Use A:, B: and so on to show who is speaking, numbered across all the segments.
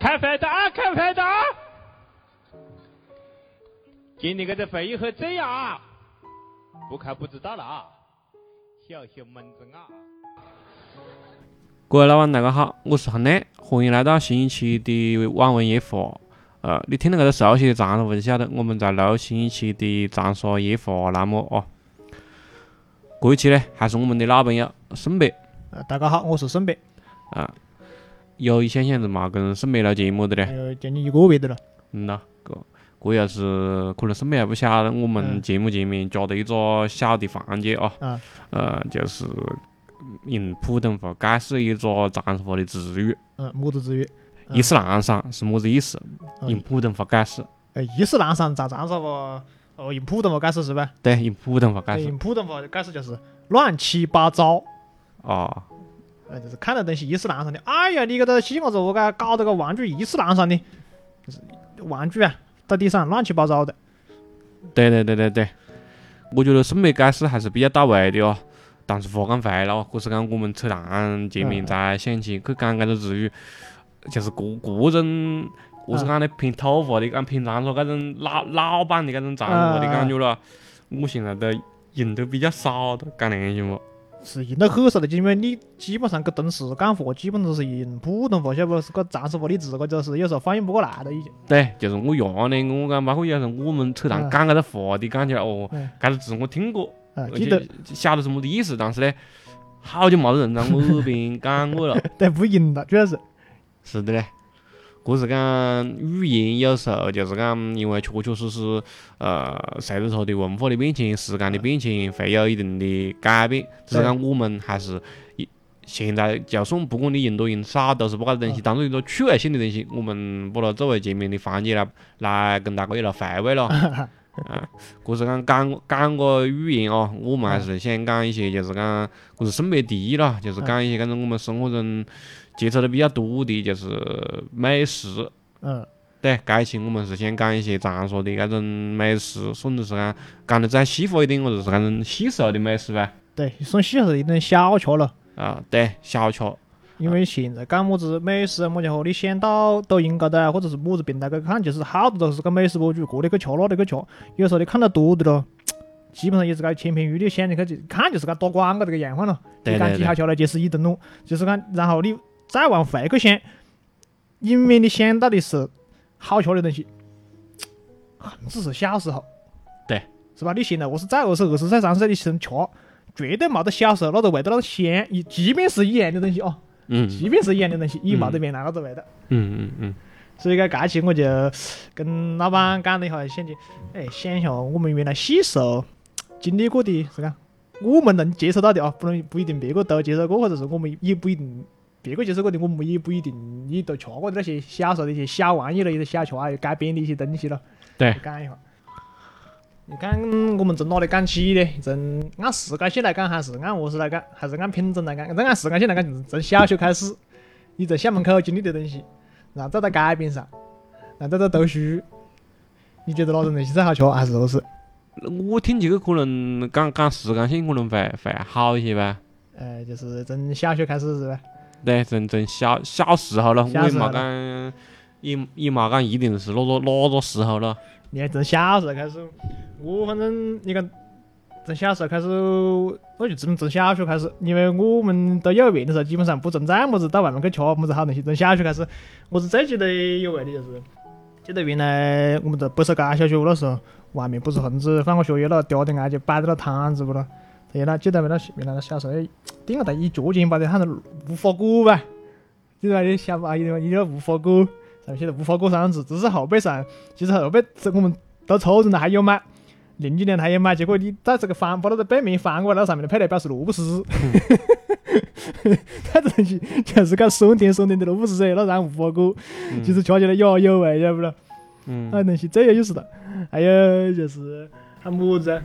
A: 看反打，看反打！啊今天这个肥以后这样啊，不看不知道了啊，小小蚊子啊！
B: 各位老板，大家好，我是恒亮，欢迎来到新一期的网文夜话。呃，你听到这个熟悉的长沙话，就晓得我们在录新一期的长沙夜话栏目哦。这一期呢，还是我们的老朋友沈北
C: 呃，大家好，我是沈北，
B: 啊。有一想想是嘛啊跟沈北录节目的
C: 还
B: 嘞，
C: 有将近一个月的了，
B: 嗯呐，个这要是可能沈北还不晓得，我们
C: 嗯
B: 节目前面加了一个小的环节啊，
C: 啊，
B: 呃，就是用普通话解释一个长沙话的词语。
C: 嗯，么子之语？嗯
B: 伊斯兰上是么子意思？
C: 嗯
B: 用普通话解释，
C: 呃，伊斯兰山在长沙话，哦，用普通话解释是吧？
B: 对，用普通话
C: 呃
B: 解释。
C: 用普通话解释就是乱七八糟，
B: 哦，
C: 呃，就是看到东西伊斯兰上的，哎呀，你这个西伢子何解搞这个玩具伊斯兰上的？就是玩具啊，在地上乱七八糟的，
B: 对对对对对，我觉得审美解释还是比较到位的哦。但是话讲回来了，可是讲我们扯淡前面
C: 嗯
B: 才想起去讲这个词语，就是各各种，我
C: 嗯
B: 是讲的偏土话的，讲偏长沙这种老老板的这种长沙话的
C: 嗯嗯
B: 感觉了。我现在都用的比较少了，讲良心话。
C: 是用得很少的，因为你基本上跟同事干活，基本上是用普通话，晓不？是个长沙话，你自个就是有时候翻译不过来了已经。
B: 对，就是我原来我讲，包括有时候我们扯淡
C: 嗯
B: 讲这个话的，感觉哦
C: 嗯，
B: 这个字我听过，
C: 啊，
B: 而
C: 记得
B: 且晓得是么子意思，但是呢，好久没得人在我耳边讲过了。
C: 对不赢了，主要是，
B: 是的嘞，这是讲语言有时候就是讲，因为确确实实，呃，随着它的文化的变迁、时间的变迁，会有一定的改变。只是
C: 对
B: 讲我们还是一现在，就算不管你用多用少，都是把这个东西当做一个趣味性的东西，我们把它作为前面的环节来来跟大家一来回味咯。啊，这是讲讲讲个语言哦，我们还是想讲一些，就是讲，这是身边第一咯，就是讲一些跟着我们生活中接触的比较多的，就是美食。
C: 嗯，
B: 对，这期我们是先讲一些长沙的这种美食，甚至是讲讲得再细化一点，我就是讲种细时候的美食呗。
C: 对，算细是一种小吃了。
B: 啊，对，小吃，
C: 因为现在讲么子美食啊么家伙，你想到抖音高头啊或者是么子平台去看，就是好多都是个美食博主，这里去吃那里去吃，有时候你看得多的咯，基本上也是个千篇一律，想着去看就是个打广告这个样范咯。
B: 对
C: 就讲
B: 对
C: 几
B: 对
C: 条桥来就是一顿路，就是讲，然后你再往回去想，里面你想到的是好吃的东西，很只是小时候，
B: 对，
C: 是吧？你现在我是再二十二十岁、三十岁，你去吃，绝对没得小时候那个味道那个香，一即便是一样的东西哦，
B: 嗯
C: 即便是一样的东西，也没得原来那个味道。
B: 嗯嗯嗯，
C: 所以讲，这期我就跟老板讲了一下，想起，哎，想一下我们原来细时候经历过的，是讲我们能接受到的啊，不能不一定别个都接受过，或者是我们也不一定别个接受过的，我们也不一定也都吃过的那些小时候的一些小玩意了，一些小吃啊，改编的一些东西了，
B: 对
C: 就讲一下。你看我们从哪里讲起呢？从按时间线来讲，还是按何时来讲，还是按品种来讲？按时间线来讲，就是从小学开始，你在校门口经历的东西，然后再到街边上，然后再到读书，你觉得哪种东西最好吃？还是何是？
B: 嗯我听起去可能讲讲时间线可能会会好一些呗。
C: 呃，就是从小学开始是吧？
B: 对，从从小小时候了，我
C: 小
B: 也
C: 时候
B: 没讲，也也没讲一定是哪个哪个时候了。
C: 你看从小时候开始，我反正你看从小时候开始，我就从从小学开始，因为我们读幼儿园的时候基本上不存在么子到外面去吃么子好东西，从小学开始，我是最记得有味的就是，记得原来我们在北首街小学那时候，外面不是横子放个学以后，嗲点挨就摆着那摊子不咯？对那记得没那原来那小时候顶个头一角钱把的喊成无花果吧，记得吧？你想吧，一一个无花果，上面写着无花果三个字，只是后背上。其实后背这我们到初中了还有买，零几年还有买，结果你在这个翻把那个背面翻过来，那上面的配料表是萝 卜丝。它这东西就是个酸甜酸甜的萝卜丝，那然无花果，
B: 嗯
C: 其实吃起来也有味，晓不咯？
B: 嗯
C: 那东西最有意思了。还有就是还么子啊？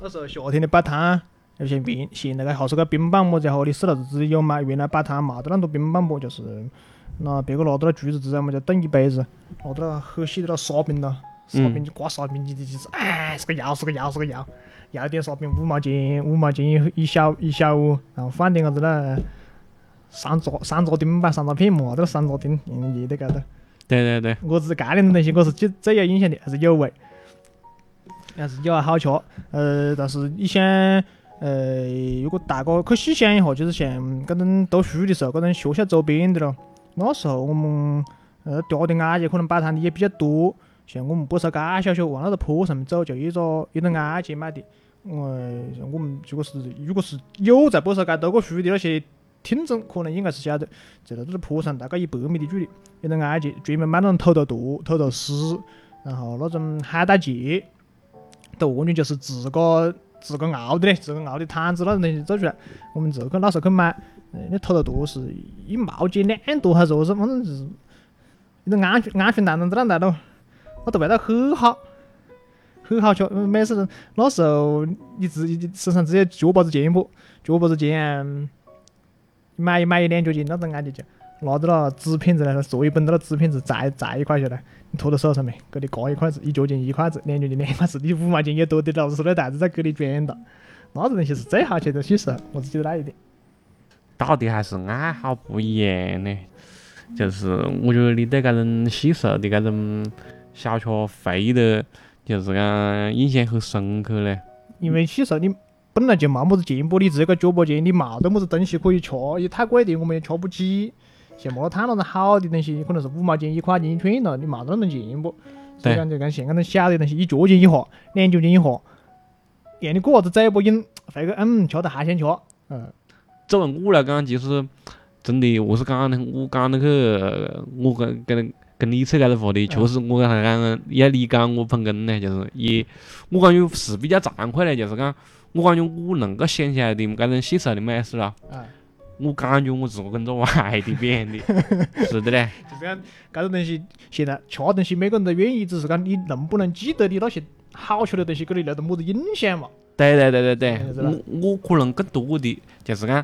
C: 那时候夏天的摆摊，有些冰，现在个还是个冰棒么家伙，你是老子只有买原来摆摊没得那么多冰棒么，就是那别个拿到那竹子枝啊么就炖一杯子，拿哦到那很细的那沙冰咯，沙冰刮沙冰机的啊就是，哎，是个摇是个摇是个摇，摇点沙冰五毛钱，五毛钱一一小一小五，然后放点啥子那上桌上桌钉吧，上桌片嘛都上桌钉，嗯，一的高头。
B: 对对对，
C: 我只概念的东西，我是最最有印象的还是有味，还是有还好吃。呃，但是你想，呃，如果大家去细想一下，就是像搿种读书的时候，搿种学校周边的咯，那时候我们呃嗲的阿姐可能摆摊的也比较多，像我们柏寿街小学往那个坡上面走，就有一个有个阿姐卖的。我、像我们如果是如果是有在柏寿街读过书的那些听众，可能应该是晓得，在那个坡上大概一百米的距离。有个阿姐专门卖那种土豆坨、土豆丝，然后那种海带结，都完全就是自个自个熬的嘞，自个熬的摊子那种东西做出来。我们这个那时候去买，呃那土豆坨是一毛钱两多还是啥子，反正是那个安全安全堂堂在那来咯，那个味道很好。很好吃，嗯每次人那时候你只你身上只有脚包子钱不？脚包子钱买一买一两角钱，那种俺就讲。拿着那纸片子来，坐一本那个纸片子裁裁一块下来，你拖到手上面，给你割一块子，一角钱一块子，两角钱两块子，你五毛钱也多的，老子说那袋子再给你转到，那种东西是最好吃的东西，我只记得那一点。
B: 到底还是爱好不一样呢。就是我觉得你对搿种细时候的搿种小吃回忆的，就是讲印象很深刻嘞。
C: 因为细时候你本来就没么子钱不，你这个脚包钱，你冇得么子东西可以吃，也太贵的我们也吃不起。像没摊那种好的东西，可能是五毛钱、一块钱一串了，你冇得那种钱不？所以
B: 对
C: 讲就讲像搿种小的东西，一角钱一盒，两角钱一盒，哎让你过下子嘴不瘾，回去嗯吃得还想吃，嗯，
B: 作为我来讲，其实真的我是讲呢，我讲那个，我跟跟跟你扯搿个话题，确实我还讲要你讲我捧哏呢，就是也我感觉是比较惭愧的，就是讲我感觉我能够想起来的搿种细时候的美食啊，
C: 啊，
B: 我感觉我自个跟着外地变的，是的嘞，
C: 就是讲搿种东西，现在吃东西每个人都愿意，只是讲你能不能记得你那些好吃的东西给你留得么子印象嘛？
B: 对对对对对
C: 嗯，是吧
B: 我我可能更多的就是讲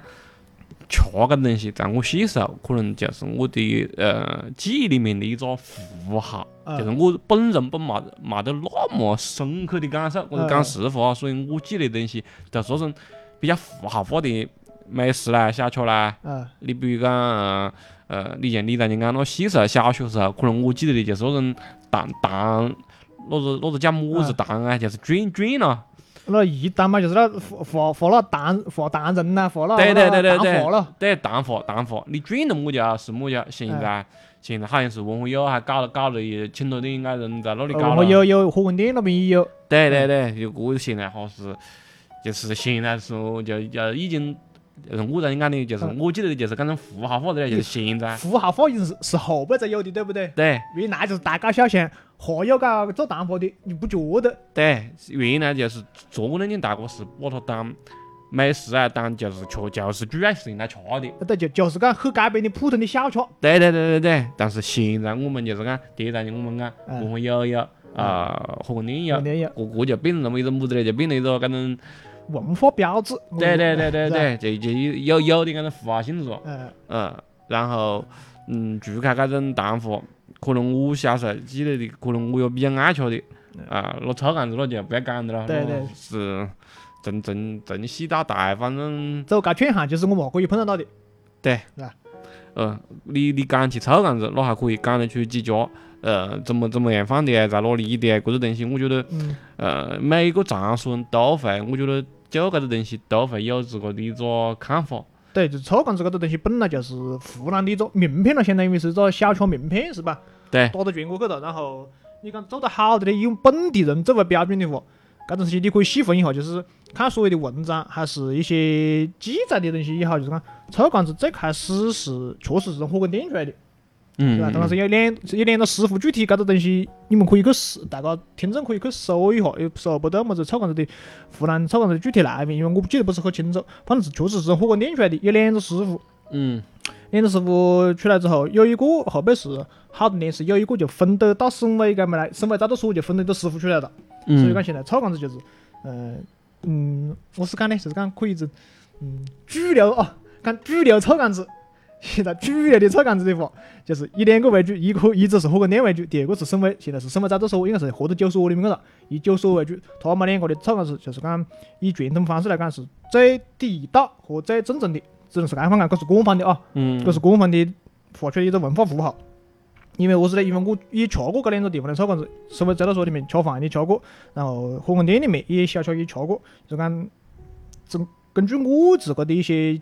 B: 吃搿东西，在我细时候可能就是我的呃记忆里面的一个符号。
C: 啊
B: 就是我本人本冇冇得那么深刻的感受，
C: 啊
B: 我是讲实话，所以我记得东西都是那种比较符号化的美食啦、小吃啦。
C: 啊
B: 你比如讲，呃，呃你像你刚才讲那细时候、小学时候，可能我记得的就是那种糖糖，那个那个叫么子糖啊，就是卷卷咯。
C: 那一单嘛，就是那发发发那糖发糖人呐，发那
B: 对对对对
C: 那糖花了，
B: 对，糖花糖花，你卷的么家是么家？现在现在好像是文化有还搞了搞了一，青岛的应该人在那里搞
C: 然后
B: 了。
C: 有有火锅店那边也有，
B: 对对对，就我现在还是，就是现在说就就已经，就是我在讲的，就是
C: 嗯
B: 我记得的就是讲种符号化的嘞，就是现在，
C: 符号化已经是是后辈才有的，对不对？
B: 对
C: 原来就是大街小巷，还有搞做糖花的，你不觉得？
B: 对，原来就是昨个那件大哥是把它当美食啊，当就是吃，就是主要是用来吃的。
C: 对，就就是讲很街边的普通的小吃，
B: 对对对对对，但是现在我们就是讲，第一站就我们讲，
C: 嗯
B: 我们有有啊，火锅店有
C: 肯，定有
B: 我我就变成那么一个么子嘞，就变成一个搿种，
C: 文化标志。
B: 对对对对
C: 是吧，
B: 对，就就有有的搿种符号性质。
C: 嗯，
B: 嗯，然后嗯，除开搿种糖花，可能我小时候记得的，可能我有比较爱吃的啊，那臭干子那就不要讲的了，
C: 嗯对对
B: 那是从从从细到大，反正
C: 走街串巷就是我们可以碰得到的。
B: 呃，你你讲起臭干子，那还可以讲得出几家。呃，怎么怎么样放的，在哪里的，搿个东西，我觉得，
C: 嗯，
B: 呃，每一个长沙人都会，我觉得就搿个东西都会有自个的一个看法。
C: 对，就臭干子搿个东西本来就是湖南的一个名片了，相当于是一个小吃名片是吧？
B: 对
C: 打到全国去了，然后你讲做得好的嘞，用本地人作为标准的话，搿种东西你可以细分一下，就是看所谓的文章，还是一些记载的东西也好，就是讲臭干子最开始是确实是从火锅店出来的。
B: 嗯
C: 对吧？，当然是有两有两个师傅，具体搿个东西你们可以去试，大家听众可以去搜一下，又搜不到么子臭干子的湖南臭干子具体来源，因为我不记得不是很清楚，反正是确实是从火锅店出来的，有两个师傅，
B: 嗯，
C: 两个师傅出来之后，有一个后背是好多年是有一个就分到到省委搿边来，省委招到所就分到一个师傅出来了，
B: 嗯
C: 所以讲现在臭干子就是，呃，嗯，我是讲呢，就是讲可以是，嗯，主流啊，讲主流臭干子，现在主流的臭干子的话，就是以两个为主，一个一直是火锅店为主，第二个是省委，现在是省委招待所，应该是合作酒所里面去了，以酒所为主，他们两个的臭干子就是讲以传统方式来讲是最地道和最正宗的，只能是安方案，搿是官方的啊，
B: 嗯，
C: 搿是官方的破缺的一个文化符号。因为何是呢？因为我也吃过搿两个地方的炒馆子，是不在到说里面吃饭的吃过，然后火锅店里面也小小也吃过，就讲，根根据我自个的一些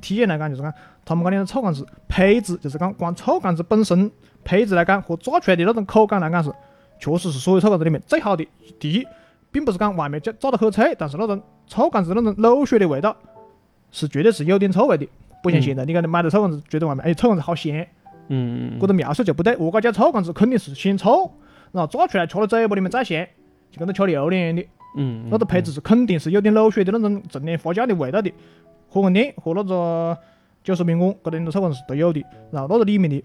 C: 体验来讲，就是讲他们搿两个炒馆子配置，就是讲光炒馆子本身配置来讲和炸出来的那种口感来讲是，确实是所有炒馆子里面最好的。第一，并不是讲外面炸炸得很脆，但是那种炒馆子那种卤水的味道，是绝对是有点臭味的，不像
B: 嗯
C: 现在你讲你买的炒馆子，觉得外面哎炒馆子好鲜。
B: 嗯，
C: 搿
B: 嗯，
C: 个描述就不对。我讲叫臭干子肯定是先臭，然后炸出来吃到嘴巴里面再咸，就跟那吃榴莲的，
B: 嗯，
C: 那个配置是肯定是有点卤水的那种陈年花椒的味道的。火锅店和那个九十民工搿两个臭干子是都有的，然后那个里面的，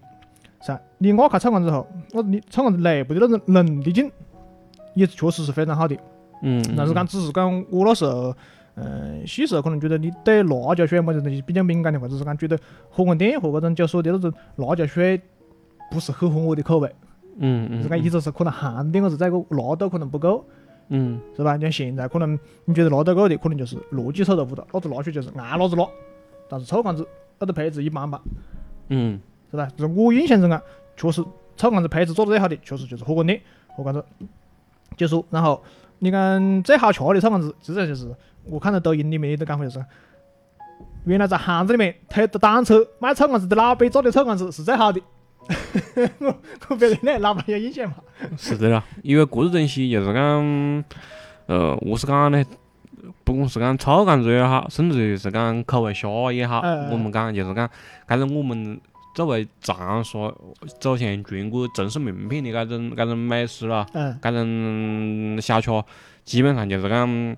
C: 噻，你外壳臭干子后，那你臭干子内部的那种嫩的劲，也确实是非常好的。
B: 嗯，嗯，
C: 但是讲只是讲我那时候，嗯，细时候可能觉得你对辣椒水么子东西比较敏感的，或者是讲觉得火锅店和搿种就说的那种辣椒水不是很合我的口味，
B: 嗯，嗯，
C: 就是讲一直是可能咸点，我是在个辣度可能不够，
B: 嗯，
C: 是吧？你像现在可能你觉得辣度够的，可能就是逻辑臭豆腐了，那子辣椒就是硬辣子辣，但是臭干子那个配置一般般，
B: 嗯，
C: 是吧？就是我印象中啊，确实臭干子配置做得最好的，确实就是火锅店火锅子结束。然后你看最好吃的臭干子，实际上就是我看到抖音里面有个讲法就是，原来在巷子里面推着单车卖臭干子的老板做的臭干子是最好的。 我我别人那老板有印象嘛？
B: 嗯是的啦，因为搿个东西就是讲，呃，我是讲呢，不管是讲臭干子也好，甚至是讲口味虾也好，
C: 嗯嗯
B: 我们讲就是讲，搿种我们作为长沙走向全国城市名片的搿种搿种美食啦，
C: 嗯，
B: 搿种小吃，基本上就是讲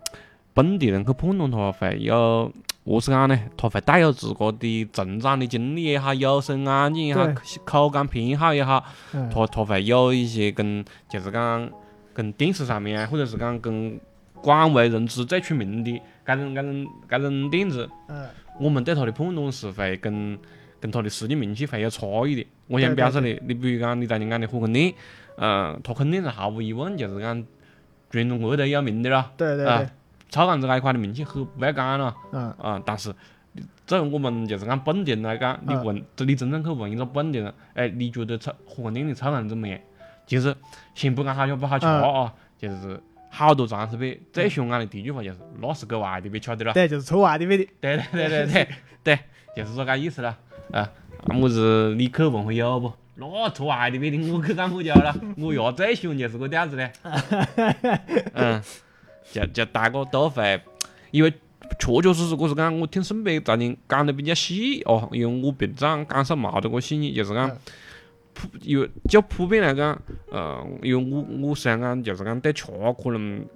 B: 本地人去判断它会有，何是讲呢？它会带有自个的成长的经历也好，有生安静也好
C: 对，
B: 口感偏好也好，
C: 嗯
B: 它它会有一些跟就是讲跟电视上面啊，或者是讲跟广为人知最出名的搿种搿种搿种店子，
C: 嗯，
B: 我们对它的判断是会跟跟它的实际名气会有差异的。我想
C: 对对
B: 表示的，你比如讲你在你讲的火锅店，嗯，它肯定是毫无疑问就是讲全中国都有名的啦，
C: 对对对
B: 啊，炒杆子那一块的名气很不要讲了
C: 嗯，
B: 啊、但是。这我们就是按本地人来讲，你
C: 嗯
B: 问，这你真正去问一个本地人，哎，你觉得炒火锅店的炒杆怎么样？其实先不讲好吃不好吃
C: 嗯
B: 啊，就是好多长沙辈最喜欢讲的第一句话就是，那是给外地辈吃的啦。
C: 对，就是啊出外地味的，
B: 对对对对对对，就是说个意思啦。啊，么子你去问会有不？那出外地边的我去干不久了，我爷最喜欢就是个样子嘞。嗯，就就大家都会，因为确确实实我是讲，我听身边昨天讲的比较细哦，因为我别长感受冇得个细，就是讲
C: 嗯。
B: 普因为就普遍来讲，呃，因为我我虽然讲就是讲对吃可能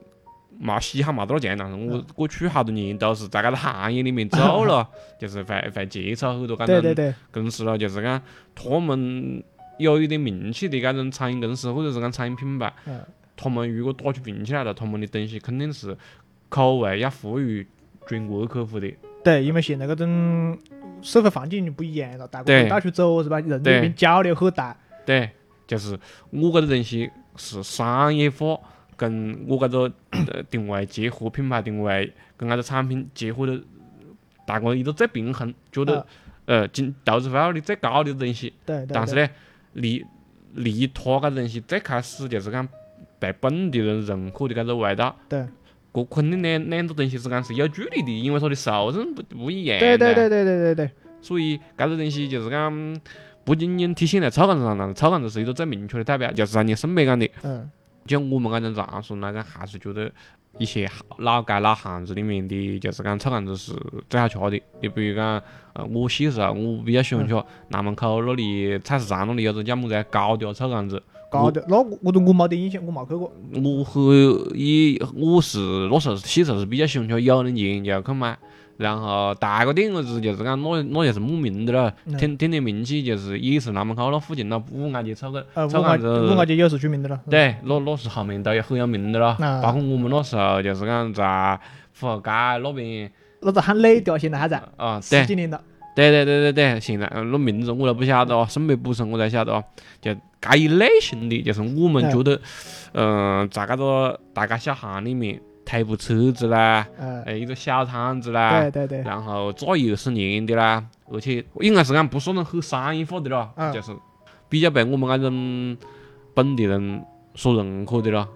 B: 冇喜好冇多钱，但是我
C: 嗯
B: 过去好多年都是在搿个行业里面做了， 就是会会接触很多搿
C: 对对
B: 种
C: 对，
B: 公司咯，就是讲他们有一点名气的搿种餐饮公司或者是讲餐饮品牌，
C: 嗯，
B: 他们如果打出名气来了，他们的东西肯定是口味要服务于全国客户的。
C: 对，因为现在搿种社会环境就不一样了，大家
B: 对
C: 都到处走是吧？人
B: 对
C: 里面交流很大，
B: 对，就是我搿个东西是商业化，跟我搿个呃定位结合，品牌定位跟搿个产品结合的，大家一个最平衡，觉得、
C: 啊
B: 呃经投资回报率最高的东西。
C: 对对对。
B: 但是呢，离离它搿东西最开始就是讲被本地人认可的搿个味道。
C: 对。
B: 搿肯定两两个东西是讲是有距离的，因为它的受众不不一样。
C: 对对对对对对对，
B: 所以搿个东西就是讲，不仅仅体现在草杆子上，但是草杆子是一个最明确的代表，就是像你身边讲的，
C: 嗯，
B: 就我们搿啊种长沙人来讲，还是觉得一些老街老巷子里面的，就是讲草杆子是最好吃的。你比如讲，呃，我细时候我比较喜欢
C: 嗯
B: 吃南门口那里菜市场那里有种叫么子啊高调草杆子，
C: 高的，那我我都我没得印象，我没去过。
B: 我很一我是那时候细时候是比较喜欢吃有人钱就去买，然后大个店个子就是讲那那也是慕名的了，
C: 嗯
B: 天天天名气就是也是南门口那附近那五眼街炒个
C: 呃，
B: 炒
C: 我
B: 杆
C: 感
B: 子，
C: 我感觉有是出名的了。嗯，
B: 对，那那是后面都有很有名的了，
C: 啊
B: 包括我们那时候就是讲在富豪街那边
C: 那个喊雷雕现在还在，
B: 啊，对
C: 十几年了。
B: 对对对对对，现在呃那名字我都不晓得哦，身边不是我才晓得哦。就这一类型的，就是我们
C: 对
B: 觉得，嗯、呃，在搿个大街小巷里面，抬部车子啦，
C: 嗯，
B: 呃，一个小摊子啦，
C: 对对对，
B: 然后左右是连的啦，而且应该是俺不说人很商业化的咯，
C: 嗯
B: 就是比较被我们那种本地人所认可的咯。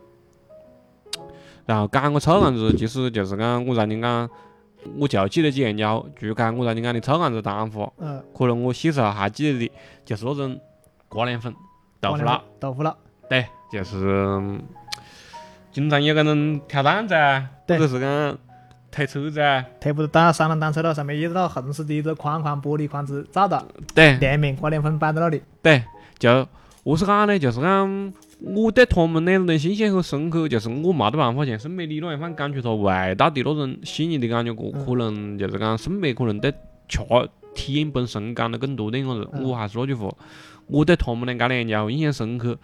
B: 然后讲个臭案子，其实就是讲我让你讲，我就记得几样妖，就讲我让你讲的臭案子单法，
C: 嗯，
B: 可能我细时候还记得的，就是那种瓜凉粉、豆腐脑，，
C: 豆腐脑，
B: 对，就是嗯经常有个人挑担子啊，或
C: 对
B: 者是讲推车子啊，
C: 特别是当三轮单车道上面一道横式的一个宽宽玻璃框子罩到，
B: 对，
C: 两面挂两分摆在那里，
B: 对，就我是讲呢，就是讲我对他们那种东西印象很深刻，就是我没得办法像圣美里那样放感觉它味道的那种细腻的感觉，我
C: 嗯
B: 可能就是讲圣美可能对吃体验本身讲得更多点样子。
C: 嗯
B: 我还是那句话，我对他们的这两家印象深刻，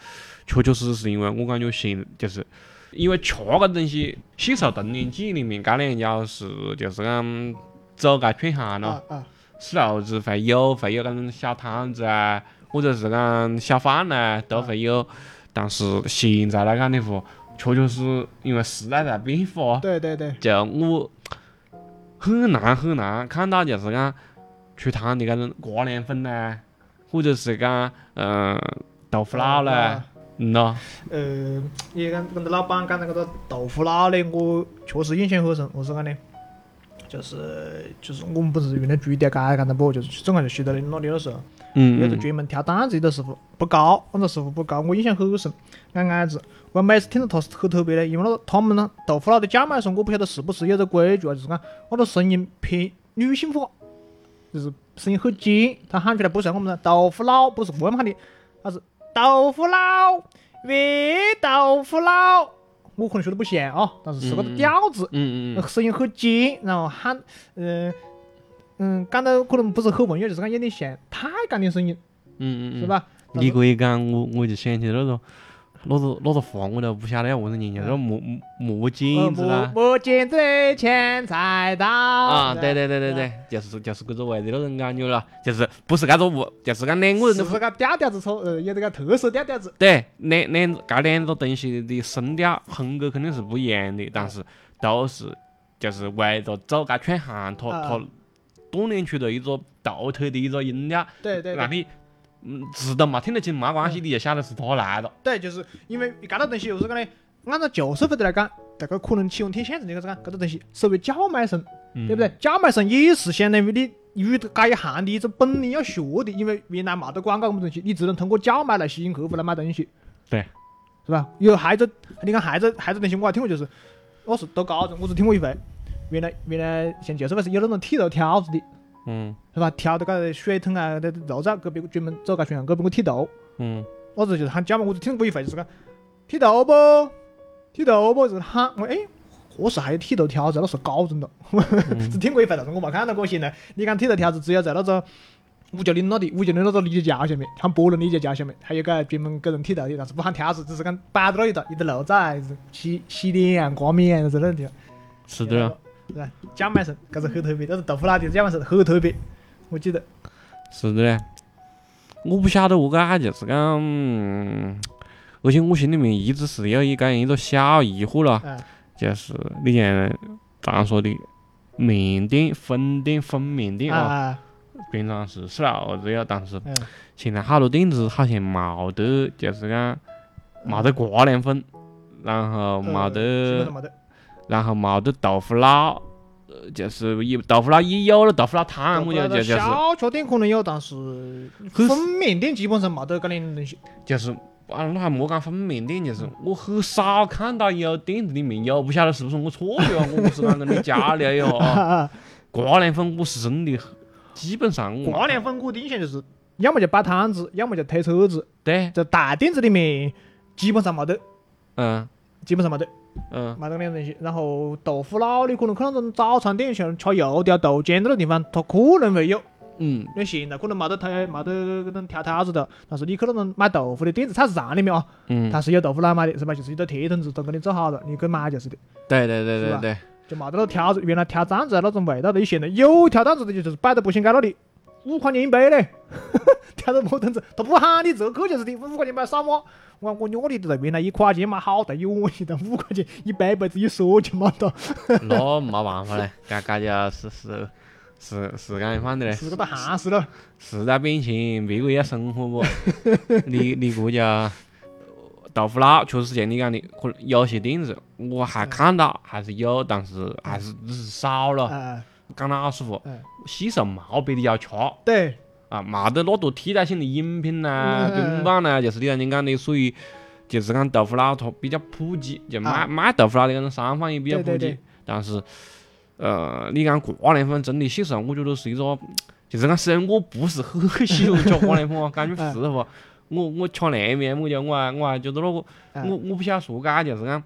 B: 确确实实是因为我感觉现就是。因为吃个东西，细时候童年记忆里面，这两家是就是讲走街串巷咯，
C: 啊啊，
B: 是老子会有会有那种小摊子啊，或者是讲小贩呐、啊都会有。但是现在来讲的话，确确实因为时代在变化，
C: 啊对对对，
B: 就我很难很难看到就是讲出摊的那种瓜凉粉呐，或者是讲嗯豆腐脑
C: 啊
B: 嘞，，嗯咯，
C: 呃，你刚跟着老板讲那个个豆腐脑嘞，我确实印象很深。我是讲呢，就是就是我们不是原来住一条街干的不，就是正好就徐到那里的时候，有
B: 嗯
C: 个专门挑担子的师傅不高，那个师傅不高，我印象很深。俺矮子，我每次听到他是很特别的，因为那个他们呢豆腐脑的叫卖声，我不晓得是不是有个规矩啊，就是讲那个声音偏女性化，就是声音很尖，他喊出来不是我们的豆腐脑，不是我们喊的，他是豆腐脑，喂豆腐脑，我可能学的不像啊，但是是个
B: 嗯
C: 调子。
B: 嗯嗯
C: 声音很尖，然后喊，嗯、嗯，讲的可能不是很文雅，就是讲有点像太监的声音，
B: 嗯嗯，
C: 是？吧？
B: 你这一讲，我我就想起那个那个那个话，我都不晓得要啥子念，叫那磨磨
C: 呃
B: 剪子
C: 磨
B: 啦。
C: 磨尖嘴，抢菜刀
B: 啊，
C: 是吧
B: 对对对对
C: 对
B: 对，就是就是搿种味的那种感觉了，就是不是搿种物，就是讲两个人
C: 呃是
B: 的
C: 不是个调调子错，呃，有这个特色调调子，
B: 对两两搿两个东西的声调风格肯定是不一样的，但是都是就是围着走街串巷，它它锻炼出了一个独特的一个音调，
C: 对对
B: 让
C: 对，
B: 你嗯字都没听得清没关系，你就晓得是它来了。
C: 对，就是因为搿个东西，我是讲呢，按照旧社会的来讲，这个可能启用天线这个是讲，搿个东西所谓叫卖声，对不对？叫卖声也是相当于你。与这一行的一种本领要学的，因为原来没得广告这种东西，你只能通过叫卖来吸引客户来买东西。
B: 对，
C: 是吧？有孩子，你看孩子孩子东西我还听过，就是我是读高中，我只听过一回。原来原来像旧社会是有那种剃头挑子的，
B: 嗯
C: 是吧？挑的个水桶啊，那肉燥，隔壁专门走个宣扬，隔壁我剃头。
B: 嗯
C: 我只就是喊叫嘛，我只听过一回，就是讲剃头不，剃头不，就是喊我哎，何时还有剃头挑子？那是高中的，只听过一回， 但是我没看到过。现在你讲剃头挑子，只有在那个五九零那里，五九零那个李家桥下面，喊波伦李家桥下面，还有个专门给人剃头的，但是不喊挑子，只是讲摆在那里头，一个肉燥，洗洗脸啊、刮面啊，之类的。
B: 是的啊，
C: 是吧？酱麦神，搿是很特别，但是豆腐脑的酱麦神很特别，我记得。
B: 是的嘞，我不晓得我个就是讲，嗯而且我心里面一直是有一个一个小疑惑了，
C: 嗯
B: 就是你像常说的面店、分店、分面店
C: 啊
B: 啊，
C: 啊，
B: 平常是是老子呀，但是
C: 嗯，
B: 现在好多店子好像没得，就是讲没得瓜凉粉，然后没
C: 呃
B: 得
C: 基本上没得。
B: 然后冇得豆腐脑，呃，就是一豆腐脑一有了豆腐脑汤，我就就就是
C: 小吃店可能有，但是
B: 很
C: 分面店基本上没得搿类东 西。
B: 就是啊，那还莫讲分面店，就是我很少看到有店子里面有，不晓得是不是我错了啊，我不是讲跟你交流哟
C: 啊
B: 啊。
C: 啊，
B: 瓜凉粉我是真的，基本上我
C: 挂凉粉我的印象就是，嗯要么就摆摊子，要么就推车子，
B: 对，
C: 在大店子里面基本上没得，
B: 嗯
C: 基本上没得，
B: 嗯
C: 没得搿类东西。然后豆腐脑你可能看那种早餐店，像吃油条、豆浆那个地方，它可能会有。
B: 嗯
C: 因为现在可能没得挑，没得搿种挑挑子的，但是你去那种买豆腐的店子、菜市场里面啊，
B: 嗯，
C: 它是有豆腐脑买的，是吧？就是一个铁桶子，都给你做好了，你去买就是的，
B: 对对对
C: 是
B: 对
C: 吧
B: 对，
C: 就没得那挑子，原来挑担子啊那种味道的，你现在有挑担子的，就是摆在步行街那里， 五块钱一杯嘞，挑着摩凳子，他不喊你折扣就是的，五块钱买啥嘛？我我我的原来一块钱嘛好大一碗，现在五块钱一杯杯子一说去嘛都，
B: 那没办法嘞，嘎嘎就是是是是干饭的嘞，
C: 是个都寒死了。
B: 时代变迁，别个要生活不？你你这家豆腐脑确实是像你讲的，可能有些店子我还看到还是有，但是还是只是少了。
C: 啊，
B: 讲老实话
C: 嗯，
B: 西城没别的要吃
C: 对，
B: 啊，没得那多替代性的饮品呐、
C: 嗯
B: 冰棒呐，就是你刚才讲的，属于就是讲豆腐脑它比较普及，就卖
C: 啊
B: 卖豆腐脑的那种商贩也比较
C: 对
B: 普
C: 对
B: 及
C: 对。
B: 但是，呃，你讲挂莲粉真的西城，我觉得是一个，就是讲虽然我不是很喜欢吃挂 莲粉啊，讲句实
C: 嗯
B: 话，我我吃那面我就我还我还觉得那个，我
C: 嗯
B: 我不晓得说嘎，就是讲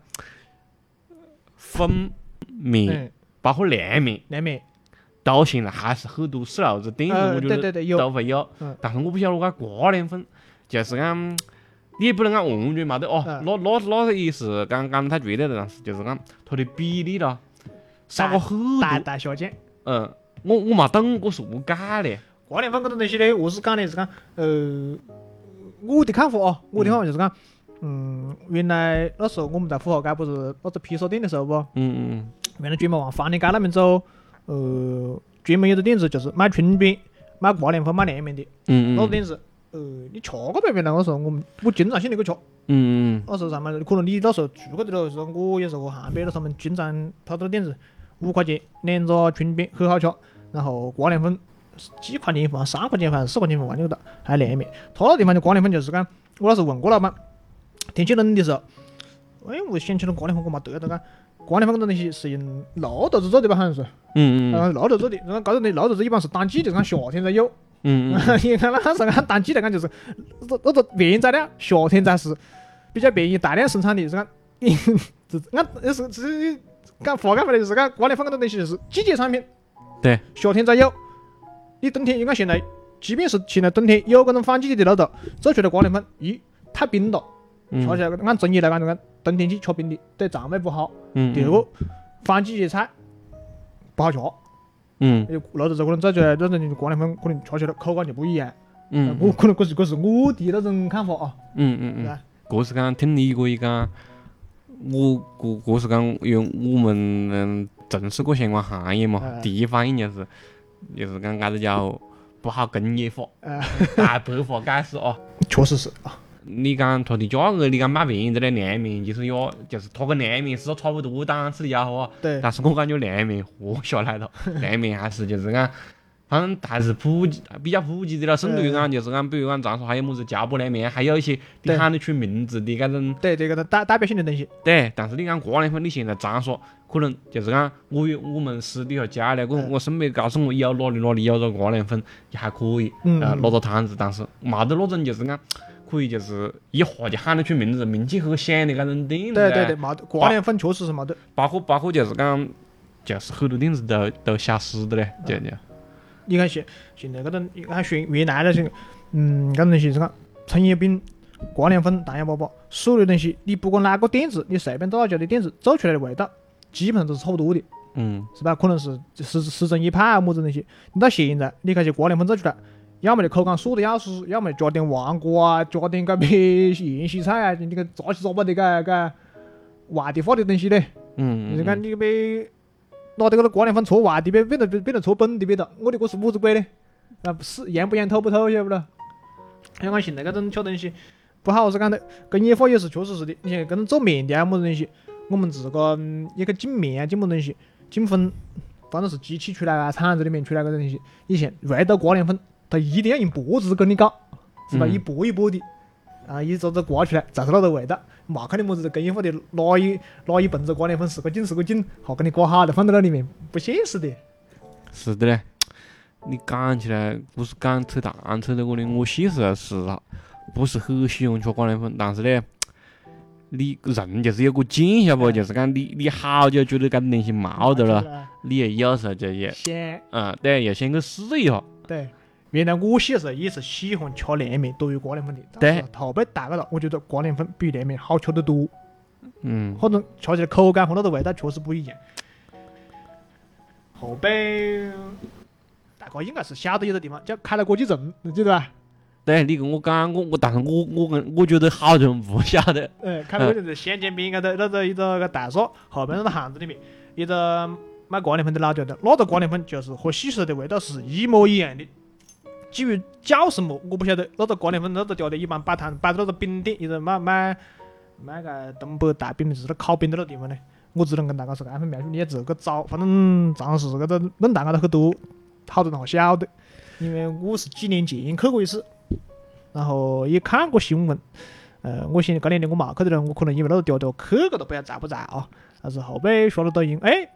B: 粉面
C: 嗯，
B: 包括凉面。
C: 南面，
B: 都行了，还是很多四楼子店子，
C: 呃
B: 我觉
C: 对对对
B: 得
C: 有
B: 都会有
C: 嗯。
B: 但是我不晓得我讲挂脸粉，就是讲，你也不能讲完全没得哦，
C: 嗯
B: 那那那也是讲讲得太绝对了，但是就是讲它的比例咯，少了很
C: 大
B: 多。
C: 大呃下降。
B: 嗯，我我没懂我是何解嘞？
C: 挂脸粉这种东西呢，我是讲的是讲，呃，我的看法啊，我的看法就是讲，嗯，原来那时候我们在富豪街不是那个披萨店的时候不，
B: 嗯
C: 原来专门往房里街那边走，呃，专门有个店子就是卖春饼、卖挂脸粉、卖凉面的，
B: 嗯嗯
C: 那个
B: 嗯
C: 店子。呃，你吃过呗？原来我说我们我经常性那个吃，
B: 嗯
C: 那时候上班可能你那时候住过的了，说我也是我汉北了，他们经常他这个店子五块钱两个春饼很好吃，然后挂凉粉几块钱一份，三块钱一份，四块钱一份，完了个哒，还凉面。他那地方的挂凉粉就是讲，我那时候问过老板，天气冷的时候，哎，我想起了挂凉粉我没得他讲。挂凉粉这种东西是用肉豆子做的吧，好像是，
B: 嗯嗯
C: 啊，肉豆做的，然后高头的肉豆子一般是当季，就是讲夏天才有，
B: 嗯嗯
C: 你看那是按当季来讲，就是那那个原材料夏天才是比较便宜、大量生产的，是讲， 这按那是只讲话讲回来就是讲，瓜联放个东西就是季节产品，
B: 对，
C: 夏天才有。你冬天，你看现在，即便是现在冬天有搿种反季节的肉豆，做出来瓜联粉，咦，太冰了，吃起
B: 嗯
C: 来按中医来讲，就讲冬天去吃冰的对肠胃不好。
B: 嗯，
C: 第二个，反季节菜不好吃，
B: 嗯
C: 有老豆子可能做出来那种瓜联粉，可能吃起来口感就不一样。
B: 嗯
C: 呃我
B: 嗯
C: 可能这是这是我的那种看法啊。
B: 嗯嗯
C: 对
B: 嗯
C: 吧，
B: 这是讲听你这一讲，我这这是讲因为我们嗯从事过相关行业嘛
C: 哎，
B: 第一反应就是就是讲搿个叫不好工业化
C: 哎，
B: 大白话解释哦。
C: 确实是啊，
B: 你讲它的价格，你讲卖便宜的嘞凉面，其实也就是它跟凉面是差不多档次的家伙，
C: 对，
B: 但是我感觉凉面活下来了，凉面还是就是讲。反正还是普及，比较普及的了，甚至于讲就是讲，比如讲长沙还有么子夹拌凉面，还有一些你
C: 对
B: 喊得出名字的搿种
C: 对这个代代表性的东西，
B: 对，但是你讲挂两份，你现在长沙可能就是讲我有我们私底下家里，我
C: 嗯
B: 我身边告诉我有哪里哪里有个挂两份也还可以，
C: 嗯
B: 呃，拿个摊子，但是没得那种就是讲可以就是一下就喊得出名字，名气很响的搿种店子啊。
C: 对对对，没得挂脸粉确实是没得，
B: 包括包括就是讲，就是很多店子都都消失的嘞，就就
C: 你看现现在搿种，你看选原来的这个，嗯，搿种东西是讲葱油饼、挂凉粉、糖油粑粑，所有的东西，你不管哪个店子，你随便到哪家的店子做出来的味道，基本上都是差不多的，
B: 嗯
C: 是吧？可能是十十成一派啊，么子东西。你到现在，你看去挂凉粉做出来，要么就口感素的要死，要么就加点黄瓜啊，加点搿边芫荽菜啊，你个杂七杂八的搿搿外地化的东西嘞。
B: 嗯，
C: 就是讲你被拿这个瓜凉粉搓外地变变得变得搓本地变得，我的这是么子鬼呢？啊，是养不养透不透，晓不咯？像俺现在搿种吃东西不好是讲的，工业化也是确实是的。你像搿种做面的啊，么子东西，我们自个嗯一个进面啊，进么东西，进粉，反正是机器出来啊，厂子里面出来搿种东西，以前味道瓜凉粉，它一定要用脖子跟你搞，是吧？
B: 嗯
C: 一拨一拨的，啊，一撮撮刮出来，才是那个啊味道。没看你么子工业化的拿一拿一盆子瓜凉粉，是个劲是个劲，好给你刮好了放到那里面，不现实的。
B: 是的嘞，你讲起来，不是讲扯淡扯到这里，我其实是不是很喜欢吃挂凉粉，但是嘞，你人就是有个劲，晓得不？
C: 哎
B: 就是讲你你好久觉得搿东西没得了，
C: 了，
B: 你也有时候就也，
C: 香。
B: 嗯，对，要先去试一下。
C: 对，原来我小时候也是喜欢吃凉面多于挂凉粉的，但是后辈大个了，我觉得挂凉粉比凉面好吃得多，
B: 嗯，
C: 或者吃起来口感和那个味道确实不一样。后辈呃大哥应该是晓得有个地方叫开了国际证，你记得吧？
B: 对，你跟我讲，我我，但是我我跟我觉得好多人不晓得，
C: 嗯，开了国际证，先前边应该在那个一个个大厦后面那个巷子里面，一个卖瓜莲粉的老店的，那个瓜莲粉就是和西施的味道是一模一样的。至于叫什么，我不晓得。那个瓜莲粉那个家里一般摆摊摆的那个饼店，一直卖卖卖个东北大饼，就是那烤饼的那个地方呢。我只能跟大家说，安分描述你也自个找，反正长是这个论坛高头很多，好多人还晓得。因为我是几年前去过一次，然后也看过新闻。呃，我现在这两年我冇去的人，我可能因为那个调调去过都不晓得在不在啊。但是后背刷了抖音，哎，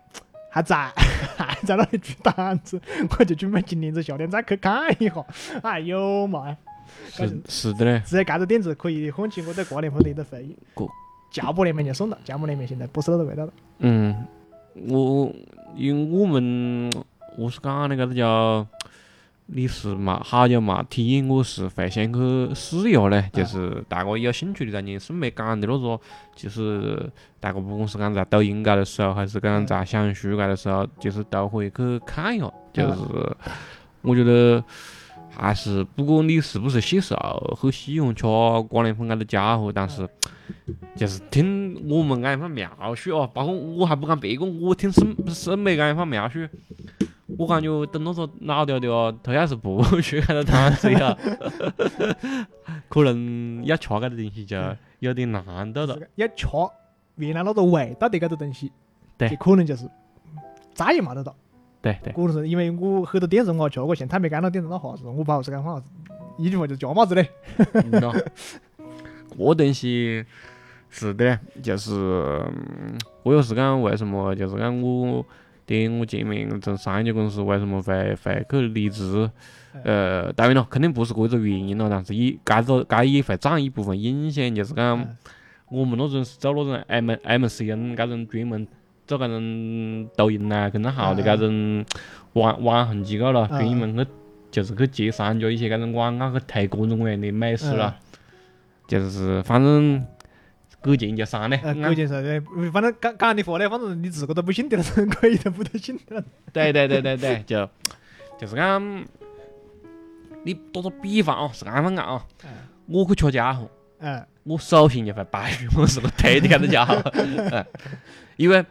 C: 还在， 还在那里举单子， 我就准备今年子夏天再去看一下。哎呦妈呀！但是
B: 是是的嘞，
C: 直接搿个点子可以唤起我对瓜莲粉的一个回忆
B: 过。
C: 荞麦联面就算了，荞麦联面现在不是那个味道了。
B: 嗯，我因为我们我是讲的搿个叫，你是嘛好久嘛体验，我是会先去试一下嘞，就是大家有兴趣的，咱也顺便讲的那个，就是大家不管是讲在抖音高头搜，还是讲在小红书高头搜，就是都可以去看一下，就是我觉得。还是不管你是不是新手，很喜欢吃瓜莲粉搿个家伙，但是就是听我们搿一番描述哦，包括我还不讲别个，我听沈沈北搿一番描述，我感觉等那个老掉掉哦，他要是不去搿个摊子呀， 可能要吃搿个东西就有点难度了
C: 是。的要吃原来那个味道的搿个东西，
B: 对
C: 就可能就是再也冇得到。
B: 对对，
C: 我是因为我很多店子我也吃过，现在没干到店子那哈子，我不好是干哈子，一句话就是夹帽子嘞。
B: 嗯咯，搿东西是的，就是嗯我有时讲为什么，就是讲我跟我前面从上一家公司为什么会会去离职，呃，当然了，肯定不是搿个原因咯，但是也搿个搿也会占一部分影响，就是讲
C: 嗯
B: 我们那种是做那种 M M C N 搿种专门做搿种抖音啊呐、跟那号的搿种网网红机构咯，
C: 嗯
B: 专门去就是去接商家一些搿种广告去推各种各样的美食啦，
C: 嗯
B: 就是反正给钱就算嘞，
C: 呃，
B: 按
C: 关键是，反正讲讲你话嘞，反正你自个都不信的了， 可以都不得信的了。
B: 对对对对对，就就是讲，你打个比方哦，是安分讲哦
C: 嗯，
B: 我去吃家伙，
C: 嗯，
B: 我首先就会排除我是个推的搿个家伙， 嗯因为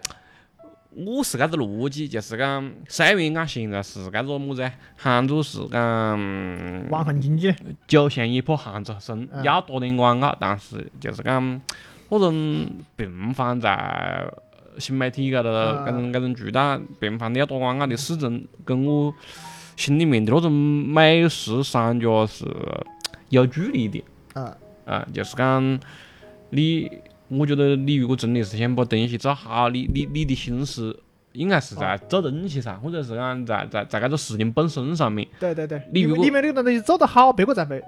B: 我是搿个逻辑，就是讲，虽然讲现在是搿个么子啊，杭州嗯是讲
C: 网红经济嘞，
B: 酒香也怕巷子深，
C: 嗯
B: 要打点广告，啊但是就是讲那种频繁在新媒体高头
C: 嗯
B: 搿种搿种渠道频繁的要打广告的始终跟我心里面的那种美食商家是有距离的
C: 啊，
B: 啊，就是讲你，我觉得你如果真的是想把东西做好，你你你的心思应该是
C: 哦
B: 在做东西上，或者是讲在在在搿个事情本身上面。
C: 对对对，
B: 你
C: 因
B: 如
C: 为
B: 果
C: 里面那个东西做得好，别个才会，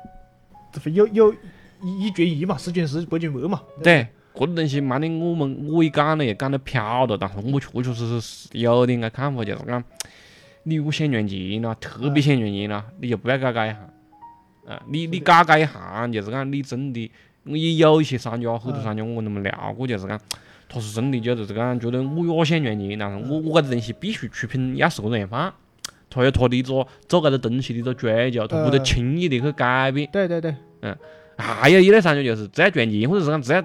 C: 才会有有一一卷一嘛，十卷十，百卷百嘛。
B: 对，搿个东西蛮的，我们我也讲了，也讲得飘了，但是我确确实实是有点个看法，就是讲，你如果想赚钱咯，特别想赚钱咯，你就不要搞搿一行。啊，你你搞搿一行，就是讲你真的，也有一些商家，很多商家我跟他们聊过，就是讲，他是真的就是讲，觉得我也想赚钱，但是我我搿个东西必须出品要是搿种样范，他有他的一个做搿个东西的一个追求，他不得
C: 嗯
B: 轻易的去改变。
C: 对对对，
B: 还哎有一类商家就是只要赚钱，或者是讲只要，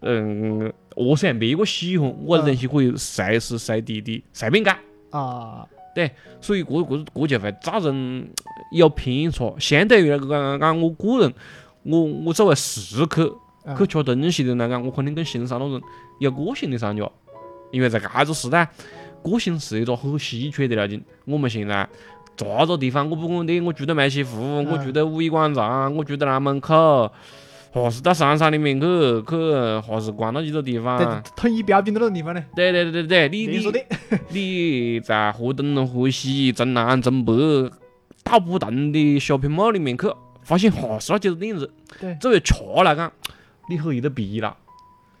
B: 嗯，我想别个喜欢，我的东西可以随时随地的随便改，
C: 啊，
B: 所以这这这就会造成有偏差。相对于那个讲讲我个人，我我作为食客
C: 嗯
B: 去吃东西的人来讲，我肯定更欣赏那种有个性的商家，因为在搿个时代，个性是一个很稀缺的条件。我们现在。啥个地方我不管你，我住在梅溪湖，我住在五一广场，我住在南门口，还是到山上里面去去，还是逛到几个地
C: 对
B: 方。，
C: 统一标准的那种地方嘞，
B: 对对对对对，你
C: 你
B: 你
C: 说的，
B: 你在河东、河西、中南、中北，到不同的 shopping mall 里面去，发现还是那几个店子。
C: 对
B: 作为吃来讲，你很易得比了。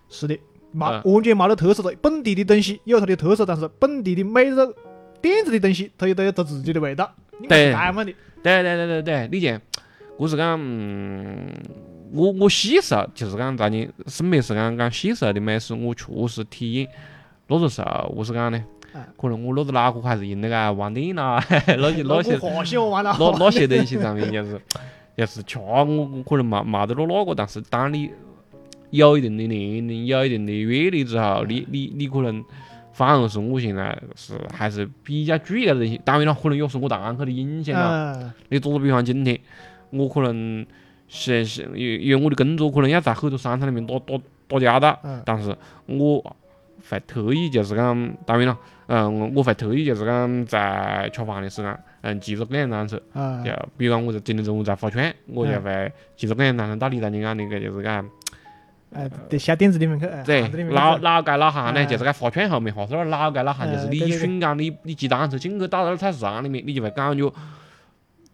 C: 是的，冇
B: 嗯
C: 完全冇得特色的，本地的东西有它的特色，但是本地的每个店子的东西，它有都有它自己的味道，应该是
B: 对
C: 这样嘛的，
B: 对对对对对，你讲，我是讲，嗯，我我细时候就是讲咱们身边是讲讲细时候的美食，我确实体验。那个时候我是讲呢，
C: 嗯
B: 可能我脑子脑壳还是用那个网店 啦，那些那
C: 脑
B: 些
C: 壳化些 完了，
B: 那那些东西上面就是，就是确我我可能没没得那那个，但是当你有一定的年龄、有一定的阅历之后，你你你可能反而是我现在是还是比较注意那个东西。当然了，可能也是我堂客的影响啦。
C: 嗯
B: 你打个比方，今天我可能是是因因为我的工作可能要在很多商场里面打打打交道，
C: 嗯
B: 但是我会特意就是讲，当然了，嗯，我会特意就是讲在吃饭的时间，嗯，骑着共享单车。
C: 嗯
B: 就比如讲，我在今天中午在发圈，我就
C: 嗯
B: 会骑着共享单车到你在你讲那个就是讲，
C: 哎，得小店子里面去，哎
B: 对
C: 巷子里，面去
B: 老老街老巷呢，
C: 哎
B: 就是在发圈后面，话说那老街老巷就是
C: 哎
B: 你
C: 对
B: 一
C: 对对
B: 瞬间你你骑单车进去到那个菜市场里面，你就会感觉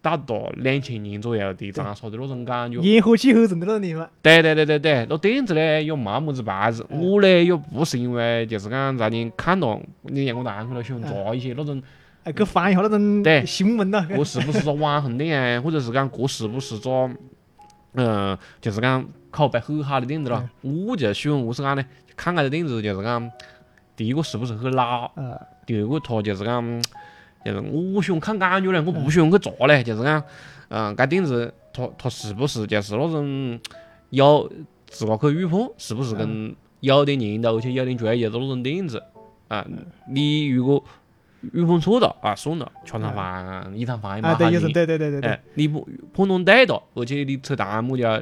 B: 到达两千年左右的长沙的那种感觉。
C: 烟火气很重的那种地方，
B: 对对对对对，那店子呢也没么子牌子，
C: 嗯
B: 我呢也不是因为就是讲在你看到你像我堂客了喜欢抓一些那种
C: 哎，去翻一下那种
B: 对
C: 新闻呐，
B: 这是不是个网红店啊，或者是讲这是不是个，嗯，就是讲口碑很好的店子咯。我就喜欢何是讲呢？看这个店子就是讲，第一个是不是很老，
C: 呃，
B: 第二个它就是讲，就是我喜欢看感觉嘞，
C: 嗯
B: 我不喜欢去查嘞，就是讲，嗯，这店子它它是不是就是那种有自个去预判，是不是跟
C: 嗯
B: 有点年头而且有点专业的那种店子啊？
C: 嗯
B: 你如果预判错了啊，算了，吃趟饭一趟饭也蛮
C: 啊，
B: 好
C: 对，有
B: 的。
C: 种，对对对对对，
B: 哎，你不判断对了，而且你扯弹幕要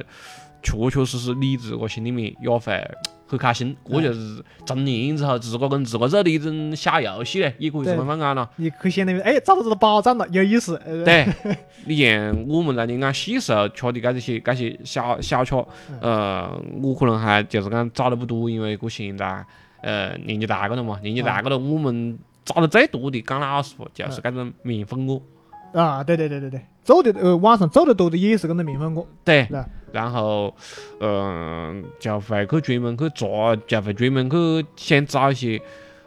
B: 确确实实你自个心里面也会很开心，这就是成年之后自个跟自个做的一种小游戏嘞，也可以这么
C: 对
B: 放讲咯。
C: 你去相当于，哎，找到这个保障了，有意思，呃，
B: 对，你像我们来讲细时候啊吃的这些这些小小吃，呃，我可能还就是讲找的不多，因为我现在呃年纪大个了嘛，年纪大个了，我们找的最多的，讲老实话，就是这种面粉锅。
C: 啊，对对对对对，做的呃晚上做的多的也是跟那面粉锅，
B: 对
C: 是吧，
B: 然后，嗯、就会去专门去查，就会专门去想找一些，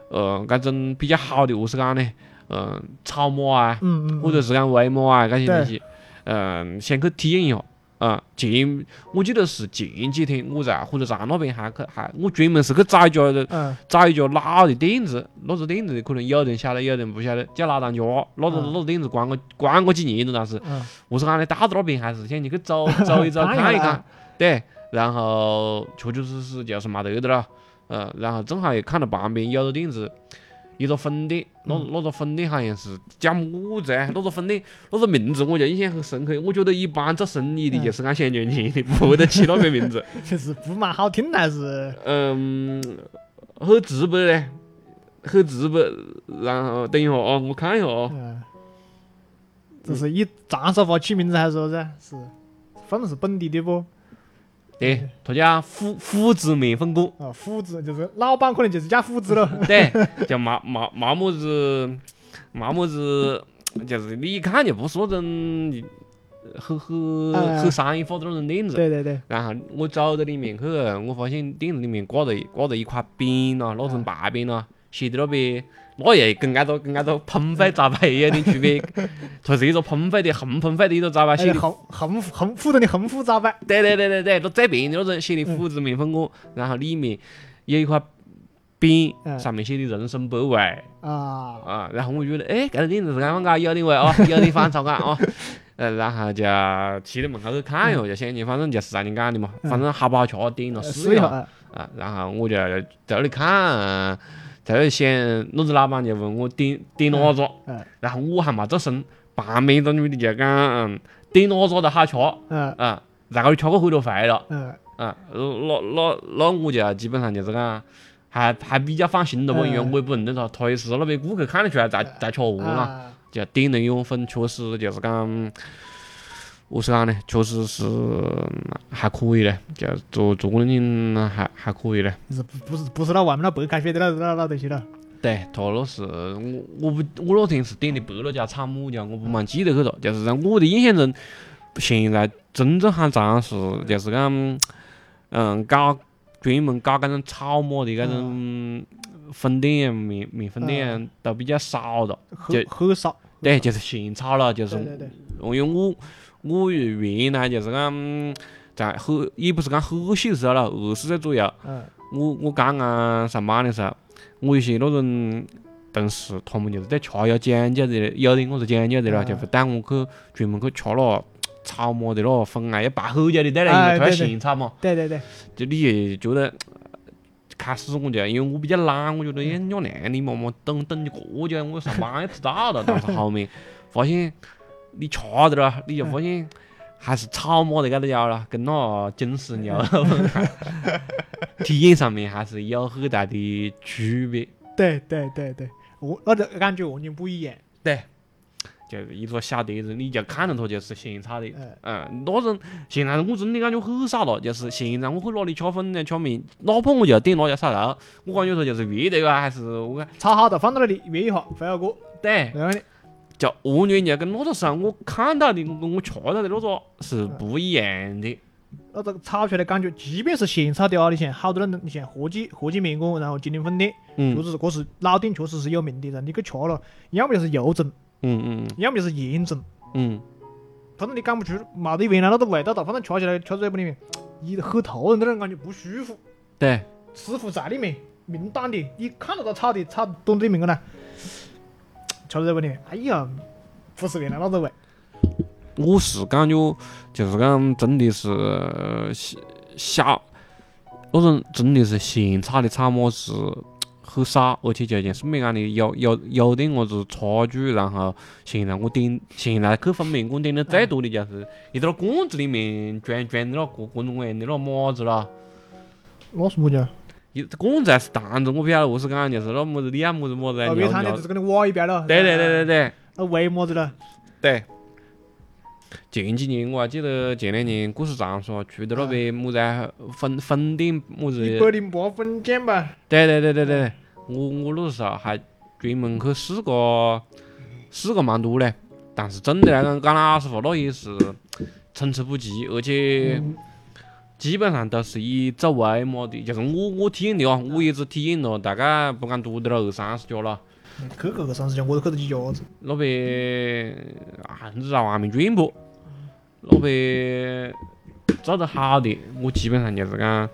B: 呃，搿种比较好的何是讲呢？嗯、草马啊，
C: 嗯嗯，
B: 或者
C: 是
B: 是讲围马啊，搿些
C: 对
B: 东西，嗯、先去体验一下。啊、前我记得是前几天我在火车站那边还去还，我专门是去找一家的
C: 嗯
B: 找一家老的店子，那个店子可能有人晓得，有人不晓得，叫老当家。那个
C: 嗯
B: 那个店子关个关个几年了，但是
C: 嗯，
B: 我是讲呢，到到那边还是想你去走 走一走，
C: 看一看
B: 看一看
C: 啊，
B: 对，然后确确实实就是没得的了，呃，然后正好也看到旁边有个店子，一个分店，那
C: 嗯
B: 那个分店好像是叫么子啊？那个分店那个名字我就印象很深刻，我觉得一般做生意的
C: 嗯
B: 就是按想赚钱的，不会得起那个名字，
C: 就是不蛮好听，还是
B: 嗯，很直白嘞，很直白，然后等一下啊，我看一下啊，
C: 嗯，这是以长沙话起名字还是啥子啊？是，反正是本地的不？
B: 对，它叫虎虎子面粉锅。
C: 啊，虎子就是老板可能就是叫虎子了，
B: 对，就没没没么子，没么子，就是你一看就不是那种很很
C: 哎
B: 很商业化的那种店子。
C: 对 对对，
B: 然后我走到里面去，我发现店子里面挂着一挂着一块匾咯，那
C: 啊
B: 种牌匾咯，写的那边。那也跟挨个跟挨个
C: 嗯
B: 喷费招牌也有点区别，它是一个喷费的红喷费的一个招牌，
C: 而
B: 写
C: 且
B: 的
C: 红红红虎头的红虎招牌，
B: 对对对对对，它最便宜的那种写的
C: 嗯
B: 虎子面粉锅，然后里面有一块匾，
C: 嗯
B: 上面写的人生百味，
C: 啊，
B: 啊，然后我觉得，哎，搿个店子是刚刚有点味哦，有点反潮感哦。 呃，然后就啊去到门口去看哟，就想你，反正就是让你讲的嘛，反正好不好吃点了
C: 试
B: 试
C: 一
B: 一
C: 下
B: 下
C: 嗯啊，
B: 啊。然后我就在那里看，在那里想，那个老板就问我点点哪个
C: 嗯嗯，
B: 然后我还没做声，旁边那女的就讲嗯点哪个都好吃
C: 嗯
B: 啊，在那里吃过很多回了。
C: 嗯
B: 啊，那那那那我就基本上就是讲，还还比较放心了吧，因为
C: 嗯
B: 我也不认得他，他也是那边顾客看得出来在在吃鹅啦，
C: 啊，
B: 就点了一碗粉，确实就是讲，我是讲呢，确实是还可以嘞，就做做工人还还可以嘞。
C: 就是不不是不是那外面那白开水的那那那东西了，
B: 对，他那是我我不我那天是点的白辣椒炒母椒，我不蛮记得去了。就是在我的印象中，现在真正喊尝试就是讲，嗯，搞专门搞搿种炒马的搿种分店面面分店都比较少了。
C: 很
B: 就
C: 很少，
B: 对，就是现炒了，就是
C: 对对对，
B: 因为我我原来就是讲在很也不是讲很细的时候了，二十岁左右。
C: 嗯
B: 啊我我刚刚上班的时候，我一些那种同时他们就是在吃有讲究的，有的我是讲究的
C: 嗯
B: 了，就是带我去专门去吃了草么的了，分啊要排好久的，带来
C: 哎
B: 因为它要
C: 对对
B: 现炒嘛，
C: 对对对，
B: 就你也觉得。哎开始我就因为我比较懒，我觉得哎你娘娘你妈妈等等你个久，我上班也迟到了。但是后面发现你吃的了，你就发现还是草么的搿个家了，跟那精丝牛肉 体验上面还是有很大的区别。
C: 对对对对，我那个感觉完全不一样。
B: 就是一个小碟子，你就看到它就是现炒的。
C: 嗯
B: 嗯，那种现在我真的感觉很少了，就是现在我去哪里吃粉呢？吃面，哪怕我就点辣椒炒肉，我感觉它就是热的啊，还是我讲
C: 炒好的放到那里煨一下，回下锅，
B: 对，
C: 然后呢，
B: 就完全就跟那个时候我看到的、我跟我吃到的那个是不一样的。
C: 那个炒出来的感觉，即便是现炒的啊，你像好多那种，你像合记合记面馆，然后金陵饭店，确
B: 嗯
C: 实是，这是老店确实是有名的。然后你去吃了，要么就是油蒸，
B: 嗯嗯
C: 要么就是盐蒸，
B: 嗯，
C: 反正你讲不出冇得原来那个味道了。反正吃起来吃嘴巴里面，一很头疼的那种感觉不舒服。
B: 对，
C: 师傅在里面，明档的，你看得到炒的炒蹲对面个呢，吃嘴巴里面，哎呀，不是原来那个味。
B: 我是感觉就是讲真的是呃小小那种真的是现炒的炒么是很少，而且就像顺便讲的有有有点啥子差距，然后现在我点现在去分面馆点的最多的就是一个罐子里面装装的那各各种各样的那码子啦。
C: 那是么子啊？
B: 一罐子还是坛子，我不晓得何是讲，就是那么子料么子么子牛
C: 哦，越汤
B: 牛
C: 就，是给你挖一边了。
B: 对对对对
C: 对。
B: 对。
C: 那为么子呢？
B: 对。前几年我还记得前两年故事长说去的那边么子啊分分店么子，
C: 一百零八分钱吧。
B: 对对对对对，我我那时候还专门去试过试过蛮多嘞，但是真的来讲，讲老实话，那也是参差不齐，而且基本上都是以做为么的，就是我我体验的哦，我也只体验了大概不敢多的了二三十家了。
C: 去个个三十钱，我都去了几家子。
B: 那边还是在外面转播，嗯那边做得好的，我基本上就是讲，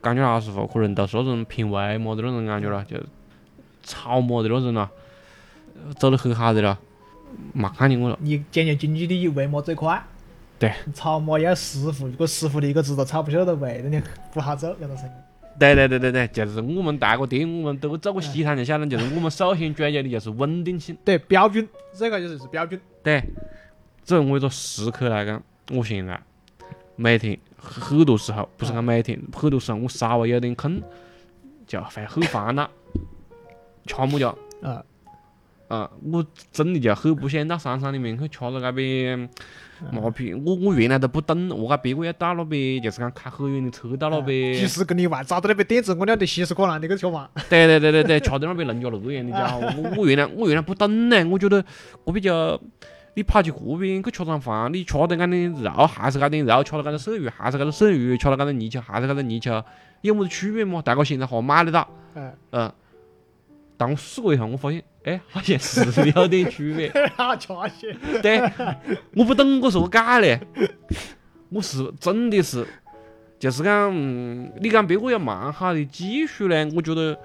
B: 感觉老实话，可能都是那种偏微么的那种感觉了，就是草么的那种了，做得很好的了，没看见过了。
C: 你讲究经济利益，为么最快？
B: 对。
C: 炒嘛要师傅，如果师傅的一个指头炒不晓得味，那你不好做，搿种生意。
B: 对对对对对，就是我们大个店，我们都做过西餐就晓得，就是我们首先追求的就是稳定性。
C: 对，标准，这个就是是标准。
B: 对，作为我一个食客来讲，我现在每天很多时候，不是讲每天，很多时候我稍微有点空，就会很烦恼，吃么家。
C: 啊，
B: 啊、我真的就很不想到山上里面去吃了那边麻皮，我我原来都不懂，我讲别个要到那边，就是讲开很远的车
C: 啊
B: 到那边，
C: 即使跟你外找到那边店子，我俩得稀释可能的去吃饭。
B: 对对对对对，吃到那边人家乐样的家伙，我我原来我原来不懂呢，我觉得隔壁就你跑去河边去吃顿饭，你吃的搿点肉还是搿点肉，吃的搿点鳝鱼还是搿点鳝鱼，吃的搿点泥鳅还是搿点泥鳅，有么子区别吗？大家现在还买得到，
C: 嗯，
B: 嗯，但我试过以后，我发现，哎，好像是有点区别，
C: 好吃些。
B: 对，我不懂我是何解嘞，我是真的是，就是讲，嗯你讲别个有蛮好的技术呢，我觉得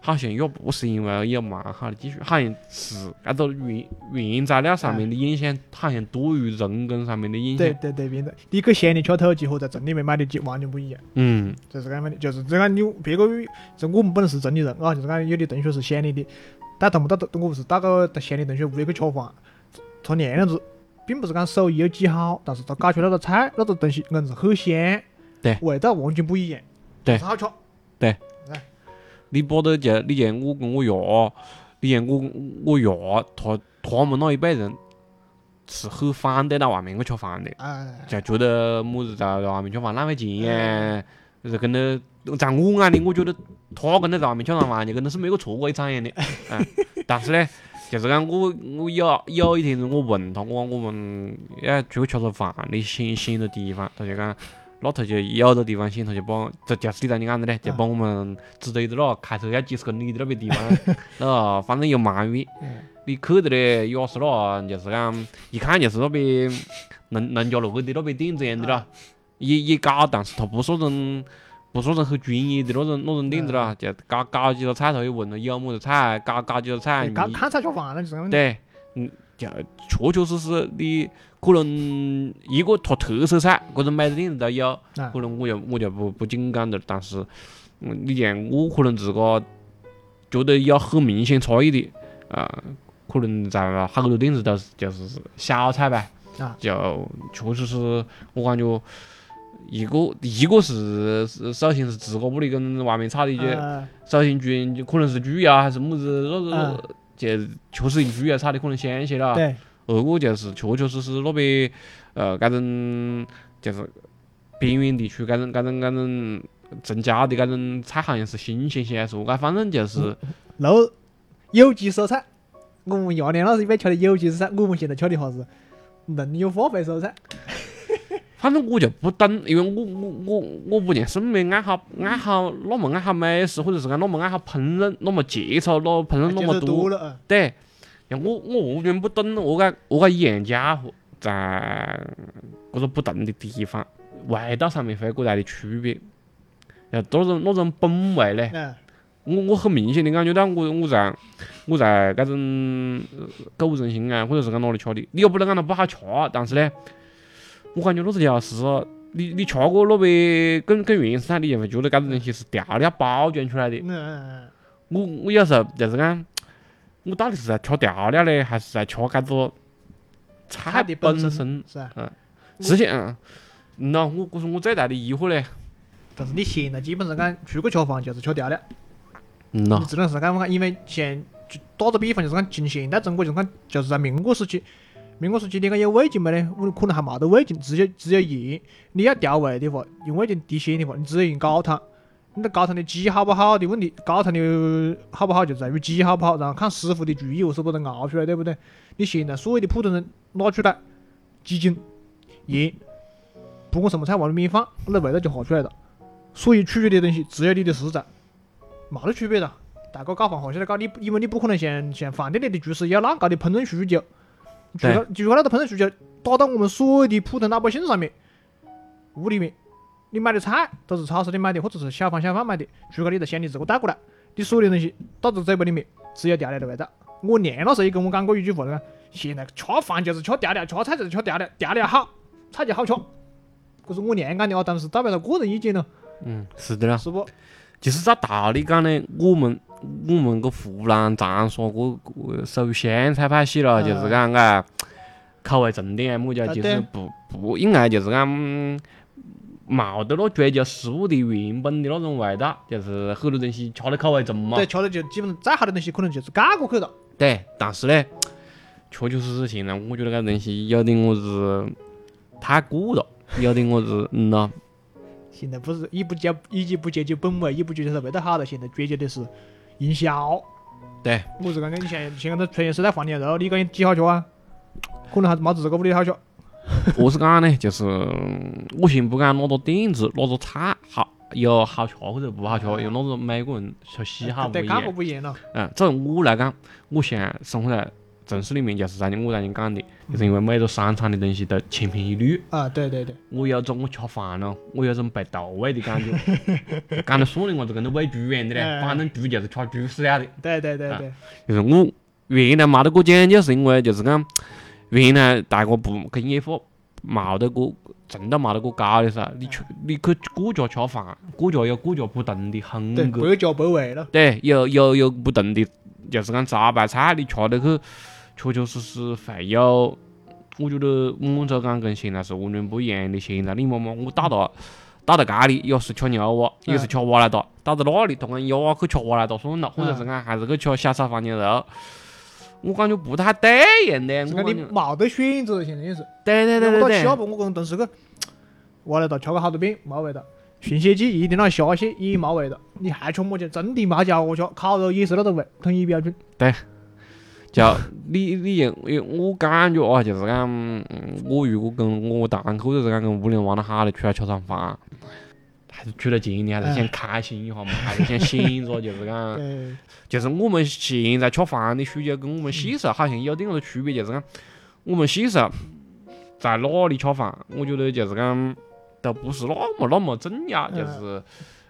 B: 好像也不是因为有蛮好的技术，好像是那个原原材料上面的影响，好像多于人工上面的影
C: 对
B: 响。
C: 对对，别的，你去县里吃土鸡和在城里面买的鸡完全不一样，
B: 嗯，
C: 就是这样的，就是这样你别个，就我们本来是城里人啊，就是讲有的同学是县里的，但他们到我不是到个到县里同学屋里去吃饭，他那样子，并不是讲手艺有几好，但是他搞出那个菜那个东西硬是很香，
B: 对
C: 味道完全不一样，
B: 对
C: 就是好吃，
B: 你把这就你像我跟我爷，你像我我爷，他他们那一辈人是很反对到外面去吃饭的。
C: 哎，
B: 就觉得么子啊在外面吃饭浪费钱呀，就是跟那在我眼里，我觉得他跟那在外面吃上饭就跟那是没有错过一场一样的。嗯，但是呢，就是讲我我有有一天我问他，我讲我们要出去吃个饭，你选选个地方，他就讲。那他就有的地方选，他就把就就是你在你讲的呢，就把我们指着一个那开车要几十公里的那边地方，那反正又蛮远，你去的嘞也是那，就是讲一看就是那边农农家乐的那边店子样的啦，也也高，但是它不是那种不说成很专业的那种那种店子啦，就搞搞几道菜，他就问了有么子菜，搞搞几道菜，
C: 搞
B: 你
C: 看菜吃饭了啊就是这样。
B: 对，嗯，就确确实实你可能一个它特色菜，可能每个店子都有，
C: 啊
B: 可能我就我就不不精干了，但是，嗯，你像我可能自个觉得有很明显差异的，啊、可能在好多店子都是就是小菜呗，
C: 啊
B: 就确实是我感觉。一个一个是是首先是自个屋里跟外面炒的一些
C: 呃
B: 首先卷就可能是猪啊，还是么子那个
C: 嗯，
B: 就确实猪啊炒的可能香一些啦。
C: 对，
B: 二个就是确确实实那边呃，搿种就是边远地区搿种搿种搿种陈家的搿种菜好像是新鲜些，还是何解？反正就是
C: 然后有机蔬菜，我们原来那是一般吃的有机蔬菜，我们现在吃的话是农业化肥蔬菜。
B: 反正我就不懂，因为我我我我不像身边爱好爱好那么爱好美食，或者是讲那么爱好烹饪，那么接触那烹饪那么
C: 接触多了，嗯
B: 对，像我我完全不懂我个我个一样家伙在各种不同的地方味道上面会有各大的区别，然后那种那种本味嘞，
C: 嗯，
B: 我我很明显的感觉到我我在我在搿种呃购物中心啊，或者是讲哪里吃的，你又不能讲它不好吃，但是呢，我感觉那是有时候你你吃过那边更更原始菜，你就会觉得搿种东西是调料包装出来的。
C: 嗯嗯
B: 我我有时候就是讲，我到底是在吃调料嘞，还是在吃搿个菜
C: 菜的
B: 本
C: 本身
B: 身
C: 嗯，？是啊。
B: 实际上，嗯那我我说我最大的疑惑嘞，
C: 但是你现在基本上讲，除过吃饭就是吃调料，
B: 嗯呐
C: 你，只能是讲讲，因为现就打个比方，就是讲近现代中国，就是讲就是在民国时期，民国时期你讲有味精没呢？我可能还没得味精，只有只有盐。你要调味的话，用味精提鲜的话，你只有用高汤。你的高汤的鸡好不好的问题，高汤的好不好就在于鸡好不好，然后看师傅的厨艺我是不能熬出来，对不对？你现在所有的普通人拿出来，鸡精、盐，不管什么菜往里面一放，那味道就好出来了。所以区别的东西只有你的食材，没得区别了。大家搞饭好些来搞，你不因为你不可能像像饭店里的厨师有那么高的烹饪需求，除
B: 对
C: 了除了那个烹饪需求打到我们所有的普通老百姓上面，屋里面你买的菜都是超市里买的，或者是小贩小贩买的，除非你在乡里自个带过来，你所有的东西到到嘴巴里面只有调料的味道。我娘那时候也跟我讲过一句话呢，现在吃饭就是吃调料，吃菜就是吃调料，调料好，菜就好吃。可是我娘讲的啊，当时代表了个人意见咯，
B: 嗯，是的啦。
C: 是不？
B: 其实，照道理讲呢，我们我们个湖南长沙个个属于湘菜派系咯，
C: 嗯
B: 就是讲个口味重点啊，么家
C: 啊
B: 其
C: 对
B: 实不不应该就是讲嗯冇得那追求食物的原本的那种味道，就是很多东西吃的口味重嘛。
C: 对，吃的就基本上再好的东西，可能就是盖过去了。
B: 对，但是呢，确确实实现在我觉得搿东西有点么子太过了，有点么子嗯 呐，
C: 现在不是一不接一既不追求本味，一不追求它味道好了，现在追求的是营销。
B: 对，
C: 我是刚刚你像像那川原时代黄牛肉，你讲几好吃啊？可能还是没自个屋里好吃。
B: 我是讲呢，就是我先不讲哪个店子哪个菜好有好吃或者不好吃，因为那是每个人所喜好不
C: 啊对，
B: 一
C: 干法
B: 样。
C: 不一样了。
B: 嗯，作为我来讲，我现在生活在城市里面，就是像我刚才讲的，就是因为每个商场的东西都千篇一律，
C: 啊，对对对，
B: 我有种我吃饭了，我有种被盗位的感觉。讲得顺的我是跟你喂猪远的嘞，
C: 哎
B: 反正猪就是吃猪饲料的。
C: 对对对
B: 啊
C: 对，
B: 就是我原来没得过讲究，是因为就是讲原来大家不工业化，冇得个程度冇得个高的时候，你去你去各家吃饭，各啊家有各家不同的
C: 对，
B: 风格，
C: 百家百味了。
B: 对，有有有不同的，就是讲招牌菜，你吃得去，确确实实会有。我觉得满洲港跟现在是完全不一样的。现在你妈妈，我到了到了这里，有时吃牛蛙，有时吃瓦拉达，到了那里，同俺鸭去吃瓦拉达算了，或者是讲还是去吃小炒黄牛肉，我感觉不太对样的。嗯
C: 是
B: 我
C: 讲
B: 感
C: 你
B: 觉
C: 冇得选择，现在就是。
B: 对对对
C: 我到
B: 对对，
C: 虾不，我跟同事去，我来到吃个好多遍，没味道。寻鲜鸡一定那虾蟹也没味道，你还吃么子？真的没家伙吃，烤肉也是那个味，统一标准。
B: 就你你也也我感觉啊，就是讲，嗯我如果跟我堂客或者是讲跟屋里人玩得好的出来吃场饭，还是除了钱，你还是想开心一下嘛，还是想想一下，就是讲，
C: 对，
B: 就是我们现在吃饭的需求跟我们细时候好像有点个区别，就是讲，我们细时候在哪里吃饭，我觉得就是讲，都不是那么那么重要，就是。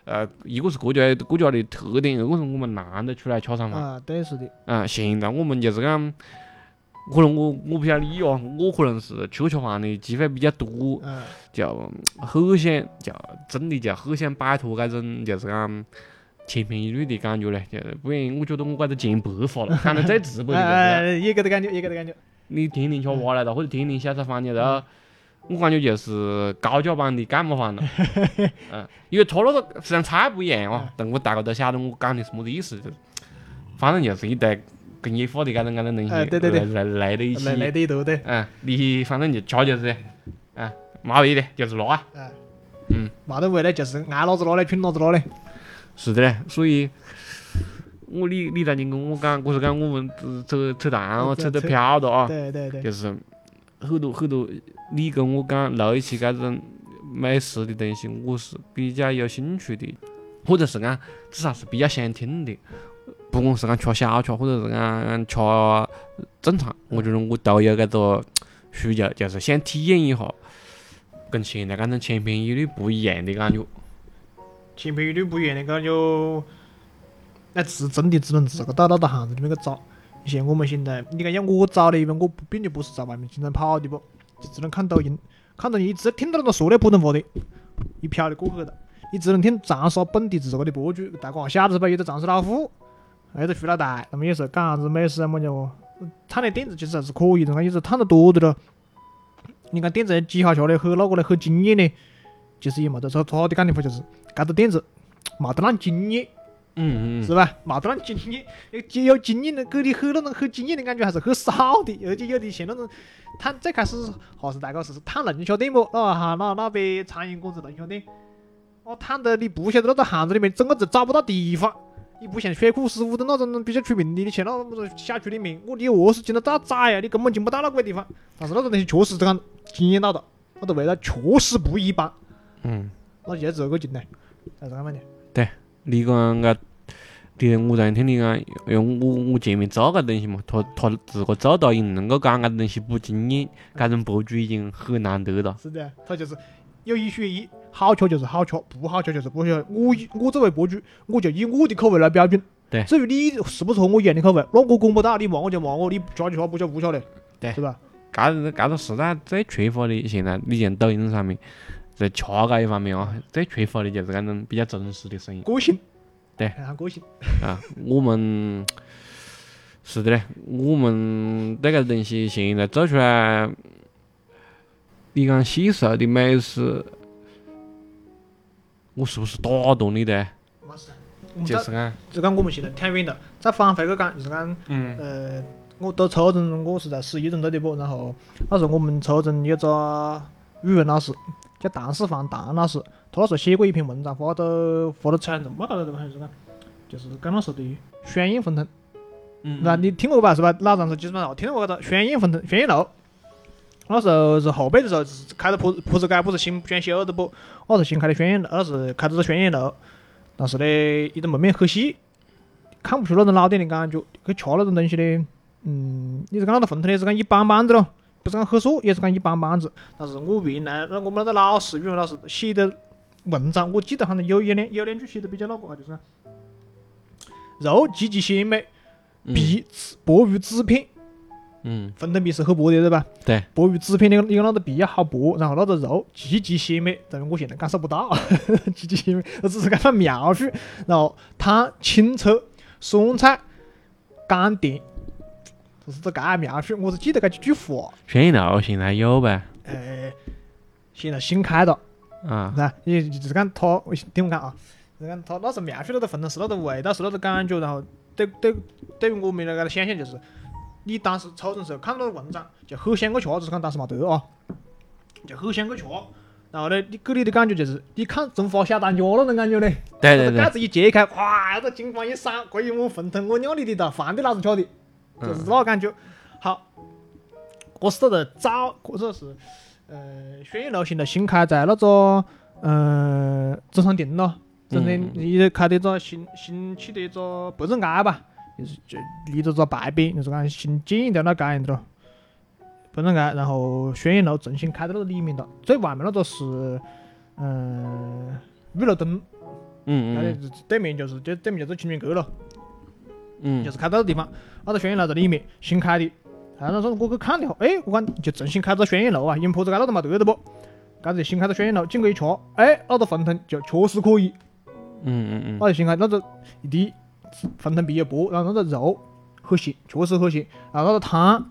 B: 呃，一个是各家各家的特点，二个是我们难得出来吃上饭。
C: 啊，对，是的，
B: 啊，现在我们就是讲，可能我我不晓得你哦，我可能是出去吃饭的机会比较多，
C: 嗯，
B: 就很想就真的就很想摆脱搿种就是讲千篇一律的感觉嘞，就不然我觉得我搿个钱白花了。讲得最直白的就是
C: 哎哎，。哎也给的感觉，也给的感觉，
B: 你天天吃蛙来哒，或者天天下次翻去
C: 嗯
B: 哒，我感觉就是高价版的干么 饭了。嗯，因为它那个虽然菜不一样哦
C: 嗯，
B: 但我大家都晓得我讲的是么子意思，就是反正就是一堆工业化的搿种搿种东西
C: 哎对对对
B: 来来来到一
C: 来来
B: 起。
C: 的一头对，
B: 嗯，你反正就吃就是，嗯，没别的，就是啊辣。
C: 哎，
B: 嗯，
C: 冇得味嘞，就是爱哪子哪嘞，拼哪子哪嘞，
B: 是的嘞，所以。我你你曾经跟我讲，我是讲我们呃扯扯淡哦，扯得飘的啊。
C: 对对对，
B: 就是很多很多，你跟我讲聊一起搿种美食的东西，我是比较有兴趣的，或者是讲至少是比较想听的。不管是讲吃小吃，或者是讲嗯吃正常，我觉得我都嗯有搿个需求，就是想体验一下跟现在搿种千篇一律不一样的感觉。
C: 千篇一律不一样的感觉，那是真的只能自个到到到巷子里面去找。你像我们现在，你看要我找的一般，我不并就不是在外面经常跑的不，就只能看抖音，看抖音只听到那个说的普通话的，一飘的过去了。你只能听长沙本地自个的博主，大家晓得是吧？有个长沙老虎，还有个徐老大，他们有时候讲啥子美食啊么家伙，探的点子其实还是可以的，但有时候探得多的了。你看点子几下下来很那个嘞，很惊艳嘞，其实也没得说他的感觉法就是。搿个店子冇得那经验，
B: 嗯
C: 是吧？冇得那经验，有经有经验的，给你很那种很经验的感觉还是很少的，而且有的像那种，探最开始还是大家是探龙虾店不？那哈那那边苍蝇馆子龙虾店，我探得你不晓得那个巷子里面整个就找不到地方。你不像水库师傅的那种比较出名的，你像那种小区里面，我你何时进得到窄呀？你根本进不到那个地方。但是那种东西确实这样惊艳到的，那个味道确实不一般，
B: 嗯，
C: 那就这个劲呢，还是这么的。
B: 你讲搿，第我昨天听你讲，用我我前面做搿东西嘛，他他自个做抖音能够讲搿东西不经验，搿种博主已经很难得了。
C: 是的，他就是有一说一，好吃就是好吃，不好吃就是不好吃。我以我作为博主，我就以我的口味来标准。
B: 对
C: 至于你是不是和我一样的口味，那我管不到，你骂我就骂我，你吃就吃，不吃不吃嘞，
B: 对
C: 是吧？
B: 搿是搿个时代最缺乏的，现在你像抖音上面，在吃搿一方面啊，最缺乏的就是搿种比较真实的声音
C: 个性，
B: 对
C: 哎，看个性，
B: 啊。我们是的嘞，我们对搿东西现在做出来，你讲细时候的美食，我是不是打动你的？
C: 没事。我们
B: 就
C: 再
B: 是啊讲，
C: 就讲我们现在跳远了，再返回去讲，就是讲
B: 嗯
C: 呃，我读初中，我是在十一中读的不，然后那时候我们初中有个语文老师叫谭世芳谭老师，他那时候写过一篇文章，发到发到产什么搞的，好像是讲，就是讲那时候的双燕分腾，
B: 嗯
C: 那你听过吧是吧？老长是基本上我听过个双燕分腾双燕楼。那时候是后背的时候，是开的铺铺子街不是新装修的不？那时候新开的双燕楼，那时候开的是双燕楼，但是呢，一个门面很细，看不出那种老店的感觉。去吃那种东西呢，嗯，你是讲那个馄饨呢，是讲一般般子咯，不是讲很素，也是讲一般般子。但是我原来那我们那个老师，语文老师写的文章，我记得好像有一两有两句写的比较那个啊，就是讲肉极其鲜美，皮薄如纸片，
B: 嗯
C: 馄饨皮是很薄的，对吧？
B: 对，
C: 薄如纸片，那个那个那个皮要好薄，然后那个肉极其鲜美，但是我现在感受不啊 到，极其鲜美，我只是给它描述。然后汤清澈，酸菜甘甜，就是这个描述，我是记得这几句话。
B: 悬疑楼现在有呗？
C: 呃，现在新开的，
B: 啊，
C: 是吧？也就是讲他，我听我讲啊，就是讲他那是描述那个馄饨是那个味道，是那个感觉，然后对对对于我们那个想象就是，你当时初中时候看到那个文章，就很想去吃，只是讲当时没得啊，就很想去吃。然后呢，你给你的感觉就是，你看《中华小当家》那种感觉嘞，
B: 对
C: 那
B: 对
C: 个盖
B: 对，
C: 子一揭开，哗，那个金光一闪，这一碗馄饨我要你的哒，饭的老子吃的，
B: 嗯
C: 就是那个感觉。好，我是的早，或者是呃，轩逸楼现在新开在那个呃中山亭咯，中
B: 嗯
C: 间一开的一个新新起的一个白镇街吧，就是就离着个牌匾，就是讲新建一条那街样子咯。白镇街，然后轩逸楼重新开到那个里面哒，最外面那个是嗯、呃、玉楼灯，
B: 嗯
C: 它的
B: 嗯
C: 对面就是就对面就是清泉沟了，
B: 嗯，
C: 就是开到的地方，那个轩逸楼在里面新开的。然后说我去看了一下，哎，我讲就重新开到轩逸楼啊，因坡子街那头没得的不？搿就新开到轩逸楼，进去一瞧，哎，那个馄饨就确实可以，
B: 嗯嗯嗯
C: 那就新开那个一滴馄饨皮又薄，然后那个肉很鲜，确实很鲜。然后那个汤，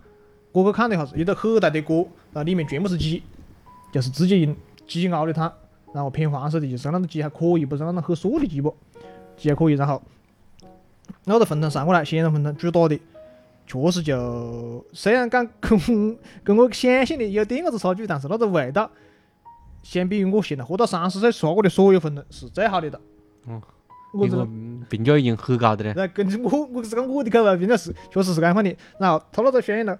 C: 我去看了一下是一个很大的锅，然后里面全部是鸡，就是直接用鸡熬的汤，然后偏黄色的，就是那种鸡还可以，不是那种很涩的鸡不，鸡还可以。然后那个馄饨上过来，鲜肉馄饨煮打的，确实就虽然讲跟跟我想象的有点个子差距，但是那个味道。相比于我现在活到三十岁刷过的所有馄饨是最好的了。
B: 嗯，
C: 我
B: 你
C: 真的
B: 个评价已经很高的了。
C: 那根据我我是讲我的口味，评价是确实是这样放的。然后他那个选了，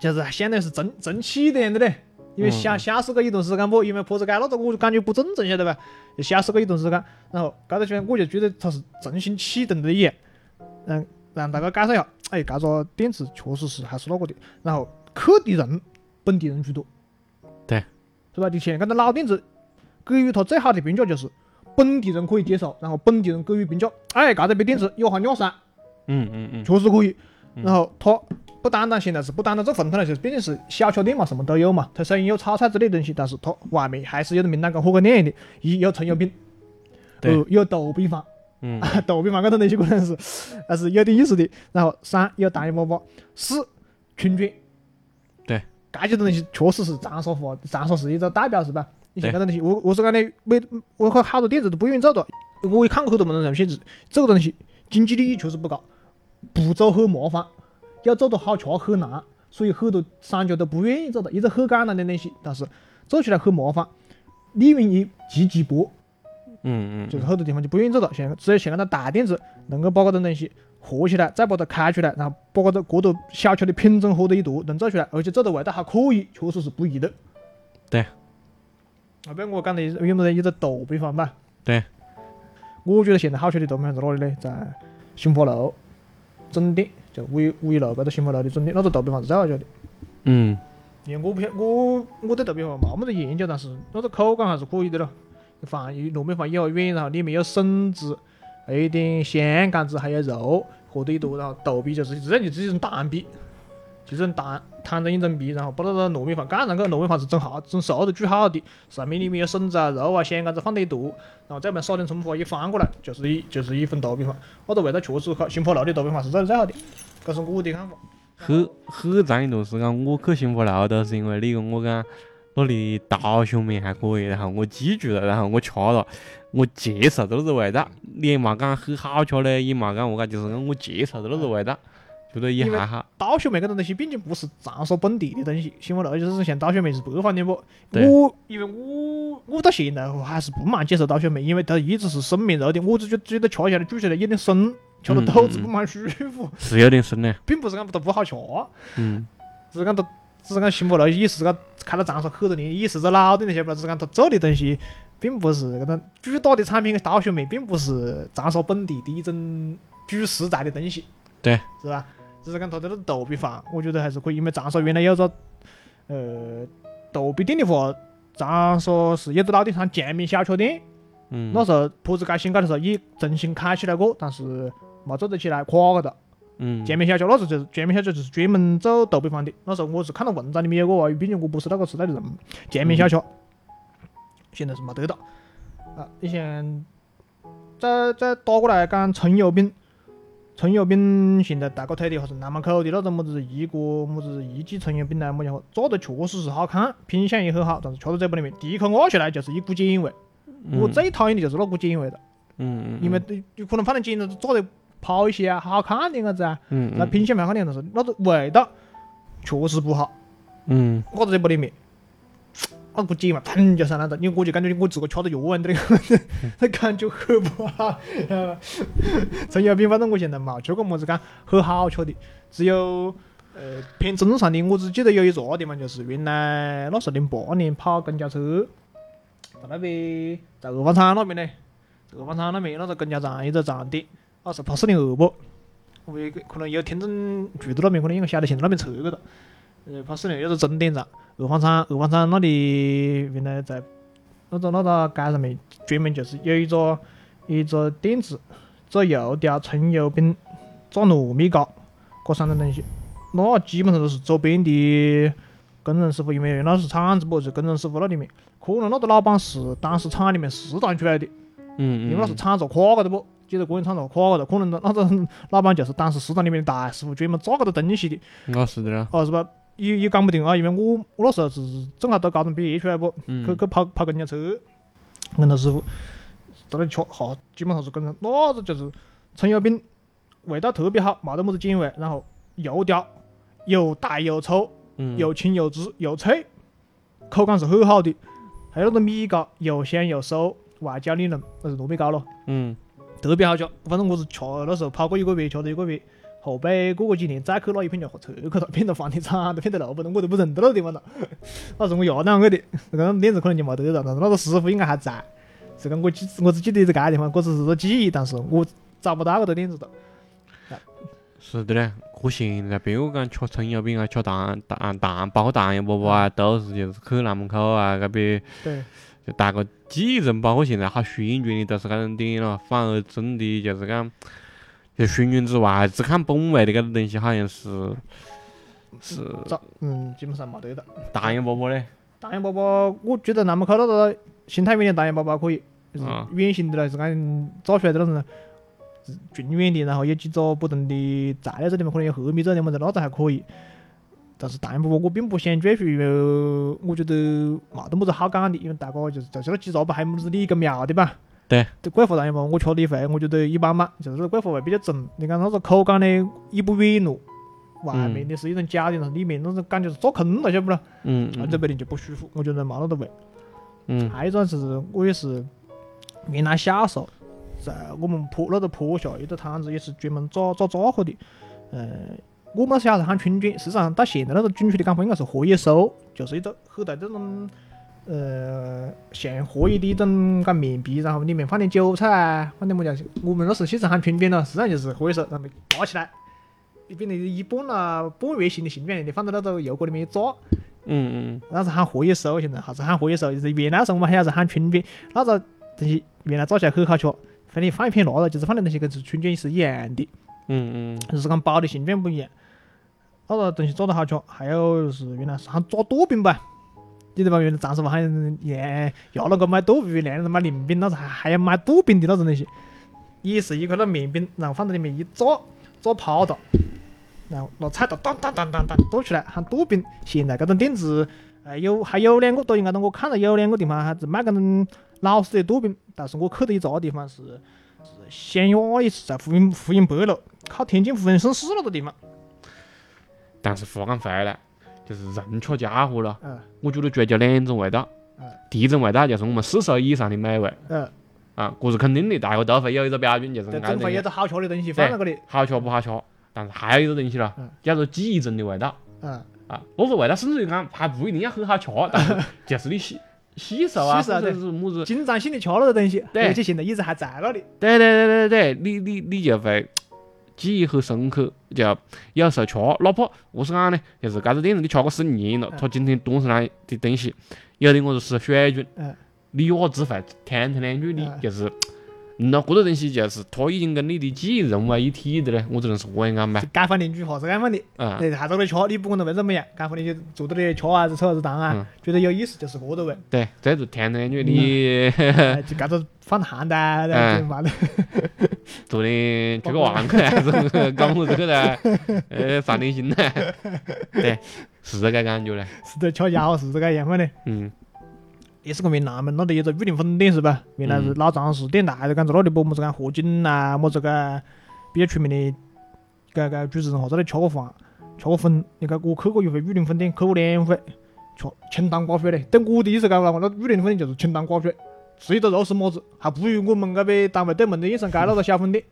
C: 就是相当于是重重启的样子嘞。因为
B: 嗯
C: 消消失过一段时间不，因为坡子街那个我就感觉不正常，晓得吧？就消失过一段时间，然后搿个选我就觉得它是重新启动的耶。让让大家介绍一下，哎，搿个店子确实是还是那个的。然后去的人本地人居多，
B: 对，
C: 是吧？你前看到老店子给予它最好的评价就是本地人可以接受，然后本地人给予评价，哎，搿这边店子有行养生。
B: 嗯嗯嗯
C: 确实可以。
B: 嗯
C: 然后它不单单现在是不单单做馄饨了，就是毕竟是小吃店嘛，什么都有嘛。它虽然有炒菜之类的东西，但是它外面还是有名堂跟火锅店的，一有葱油饼，
B: 对
C: 二呃有豆饼坊，
B: 嗯，
C: 豆饼坊搿种东西可能是还是有点意思的。然后三有糖油粑粑，四春卷，
B: 对，
C: 搿几种东西确实是长沙话，长沙是一个代表是吧？以前搿
B: 对
C: 种东西，我我是讲的，每我看好多店子都不愿意做的。我也看过很多文章上面写，这个东西经济利益确实不高，步骤很麻烦，要做得好吃很难，所以很多商家都不愿意做的，一个很简单的东西，但是做起来很麻烦，利润也极其薄，
B: 嗯
C: 就是
B: 嗯，
C: 很多地方就不愿意做了。现在只有现在的大店子能够把这种东西活起来，再把它开出来，然后把这个各个小吃的品种合到一坨，能做出来，而且做的味道还可以，确实是不易的。
B: 对。
C: 后边我讲的有没得一个豆比方吧？
B: 对。
C: 我觉得现在好吃的豆比方在哪里呢？在新华路总店，就五一五一路搿个新华路的总店，那个豆比方是最好吃的。
B: 嗯
C: 因为我不晓我我对豆饼坊没么子研究，但是那个口感还是可以的咯。饭路边饭有软，然后里面有笋子，还有一点香干子，还有肉，和得一坨，然后豆皮就是实际上就是一种蛋皮，就是一种蛋摊成一层皮，然后把那个糯米饭干上去，糯米饭是整好整熟的煮好的，上面里面有笋子啊、肉啊、香干子放得一坨，然后再把撒点葱花一翻过来，就是一就是一份豆饼饭。那个味道确实好，新坡路的豆饼饭是做的最好的，这是我的看法。
B: 很很长一段时间我去新华路都是因为你跟我讲那里刀削面还可以，然后我记住了，然后我吃了，我接受到那个味道，你也没讲很好吃嘞，也没讲我讲，就是讲我接受到那个味道，觉得也还好。
C: 刀削面搿种东西毕竟不是长沙本地的东西，新闻路就是像刀削面是北方的不？
B: 对
C: 我因为我我到现在我还是不蛮接受刀削面，因为它一直是生面肉的，我只觉觉得吃起来煮起来有点生，吃了
B: 嗯
C: 肚子
B: 嗯
C: 不蛮舒服，
B: 是有点深嘞，
C: 并不是讲它不好啊吃，
B: 嗯，
C: 只是讲它只是讲新闻路也是讲开了长沙很多年，也是个老店的晓得不？只是讲它做的东西并不是搿种主打的产品，刀削面并不是长沙本地的一种主食材的东西。
B: 对，
C: 是吧？只是讲它这个豆皮饭，我觉得还是可以，因为长沙原来有个呃豆皮店的话，长沙是有个老店像江面小吃店，
B: 嗯，
C: 那时候坡子街新盖的时候也重新开起来过，但是没做得起来，垮了的。
B: 嗯，
C: 江面小吃那时候就是江面小吃就是专门做豆皮饭的，那时候我是看到文章里面有个啊，毕竟我不是那个时代的人，江面小吃现在是没得了。啊，以前再再倒过来讲葱油饼，葱油饼现在大家推的还是南门口的那种么子一锅么子一记葱油饼啊，么家伙做的确实是好看，品相也很好，但是吃到嘴巴里面第一口咬下来就是一股碱味，我最讨厌的就是那股碱味了，
B: 嗯嗯，嗯，
C: 因为对有可能放点碱了做的泡一些啊，好看点啥子啊，
B: 嗯，
C: 那品相蛮好点，但是那个味道确实不好。
B: 嗯，
C: 我在不里面，我估计嘛，砰就上来了。因为我就感觉我自个吃的药丸的那个， 那感觉很不 好。陈小兵，反正我现在没吃过么子讲很好吃的，只有呃偏正常的。我只记得有一个地方，就是原来那是零八年跑公交车，在那边在二坊厂那边呢，在二坊厂那边那个公交站一个站点，那是跑四零二不？我有可能有听众住到那边，可能应该晓得现在那边撤去了。呃，跑四零二是终点站，二坊厂二坊厂那里原来在那个那个街上面专门就是有一个一只垫子，做油条、葱油饼、炸糯米糕，这三种东西，那基本上都是周边的工人师傅，因为原来是厂子不是工人师傅那里面，可能那个老板是当时厂里面食堂出来的，
B: 嗯
C: 因为那是
B: 嗯，
C: 厂子垮个的不，记得个人厂子垮个的，可能那个老板就是当时食堂里面的大师傅，专门做个的东西的，
B: 那是的啦，
C: 哦是吧？也也讲不定啊，因为我我那时候是正好读高中毕业出来不，去
B: 嗯
C: 去跑跑公交车，跟他师傅在那里吃，哈，基本上是跟人，那个就是葱油饼，味道特别好，没得么子腥味，然后油条又大又粗，
B: 嗯，
C: 又轻又直又脆，口感是很好的。还有那个米糕又香又酥，外焦里嫩，那是糯米糕咯，
B: 嗯，
C: 特别好吃。反正我是吃那时候跑过一个月，吃了一个月。后背过个几年再去那一片就彻去了，变到房地产啊都变到楼盘了，我都不认得那个地方了。那是我爷那个的，那个链子可能就没得了，但是那个师傅应该还在。是讲我记，我只记得这个地方，这只是个记忆，但是我找不到那个链子了。
B: 是的嘞。可现在别个讲吃葱油饼啊，吃蛋蛋蛋包蛋呀，不不啊，都是就是去南门口啊，那边
C: 对，
B: 就大家继承，包括现在好宣传的都是搿种点咯，反而真的就是讲，就宣传之外，只看本位的搿种东西，好像是是
C: 找嗯，基本上没得了。
B: 大洋饽饽嘞，
C: 大洋包包，我觉得南门口那个新太原的大洋包包可以，就是
B: 啊
C: 远行的了，是讲造出来的那种，是近远的，然后有几种不同的材料这里面可能有黑米这里面的，那个还可以。但是大洋包包我并不想赘述，因为我觉得没得么子好讲的，因为大家就是就是那几茶吧，还么子你一个庙的吧。
B: 对，
C: 这桂花大洋包包我吃了一回，我觉得一般般，就是那个桂花味比较重，你看那个口感呢也不软糯，外面的是一种焦的，然后里面那种感觉是做空了，晓不啦？
B: 嗯
C: 啊，这边的就不舒服，我觉得没那个味。
B: 嗯
C: 还有一种是，我也是原来小时候在我们坡那个坡下有个摊子，也是专门做做杂货的。呃，我们小时候喊春卷，实际上到现在那个准确的讲法应该是荷叶酥，就是一个很大的那种呃像荷叶的一种干面皮，然后里面放点韭菜啊，放点么子。我们那时候现在喊春卷了，实际上就是荷叶酥，然后包起来。变成一半啦，半圆形的形状，你放到那个油锅里面一炸，
B: 嗯嗯
C: 那是喊荷叶酥，现在还是喊荷叶酥。就是原来时候我们还是喊春卷，那个东西原来做起来很好吃，反正放一片腊肉，就是放的东西跟春卷是一样的，
B: 嗯嗯
C: 只是讲包的形状不一样。那个东西做得好吃，还有就是原来是喊抓剁饼吧，记得吧？原来长沙湾喊沿牙那个买剁饼，那个买零饼，那是还还要买剁饼的那种东西，也是一块那面饼，然后放在里面一炸，炸泡的，然后拿菜刀当当当当当剁出来喊剁饼。现在这种店子，呃，有还有两个抖音高头我看到有两个地方还是卖搿种老式的剁饼，但是我去的一个地方是是湘雅，也是在福云福云北路，靠天津福云盛世那个地方。
B: 嗯，但是话讲回来，就是人吃家伙了，
C: 嗯
B: 我觉得追求两种味道
C: 嗯，
B: 第一种味道就是我们四十以上的美味
C: 嗯，
B: 啊，这是肯定的，大家都会有一个标准，就是
C: 在
B: 爱
C: 中
B: 东
C: 间有
B: 西
C: 个好吃的东西放那个里。
B: 好吃不好吃，但是还有一个东西了
C: 嗯，
B: 叫做记忆中的味道。
C: 嗯，
B: 啊，我说味道甚至于讲还不一定要很好吃，但 是就是你吸吸收啊，
C: 吸收啊
B: 或者
C: 对
B: 是么子，
C: 经常性的吃那个东西，
B: 对
C: 而且现在一直还在那里。
B: 对对对对对，你你你就会记忆很深刻，就有时候吃，哪怕我是讲呢，就是搿个店子你吃个十年了，
C: 嗯
B: 他今天端上来的东西有的我是水准
C: 嗯，
B: 你也只会天天两句，你
C: 嗯
B: 就是。嗯那这个东西就是它已经跟你的记忆融为一体的嘞，我只能是这样讲呗。
C: 街坊邻居还是街坊的，
B: 啊，
C: 哎，还在那里吃，你不管他为什么样，街坊邻居坐到那里吃啊，还是抽还是糖
B: 嗯
C: 啊，觉得有意思就是喝的 味，
B: 对，这是天天两句，你
C: 哎就搞着放糖的啊，
B: 嗯
C: 这完了。
B: 昨天吃个王去，还 是讲我这个的， 呃，三点心呢？ 对，是这个感觉嘞。
C: 是的，吃腰是这个样范的。
B: 嗯
C: 也是个原南门那里有个玉林分店是吧？原来是老长是电台的，讲在那里播么子讲何炅啊，么子个比较出名的个个主持人，或者里吃过饭，吃过粉。你看我去过一回玉林分店，去过两回，吃清汤寡水嘞。对我的意思讲啦，那玉林分店就是清汤寡水，吃一个肉丝么子，还不如我们这边单位对门的燕山街那个小分店。，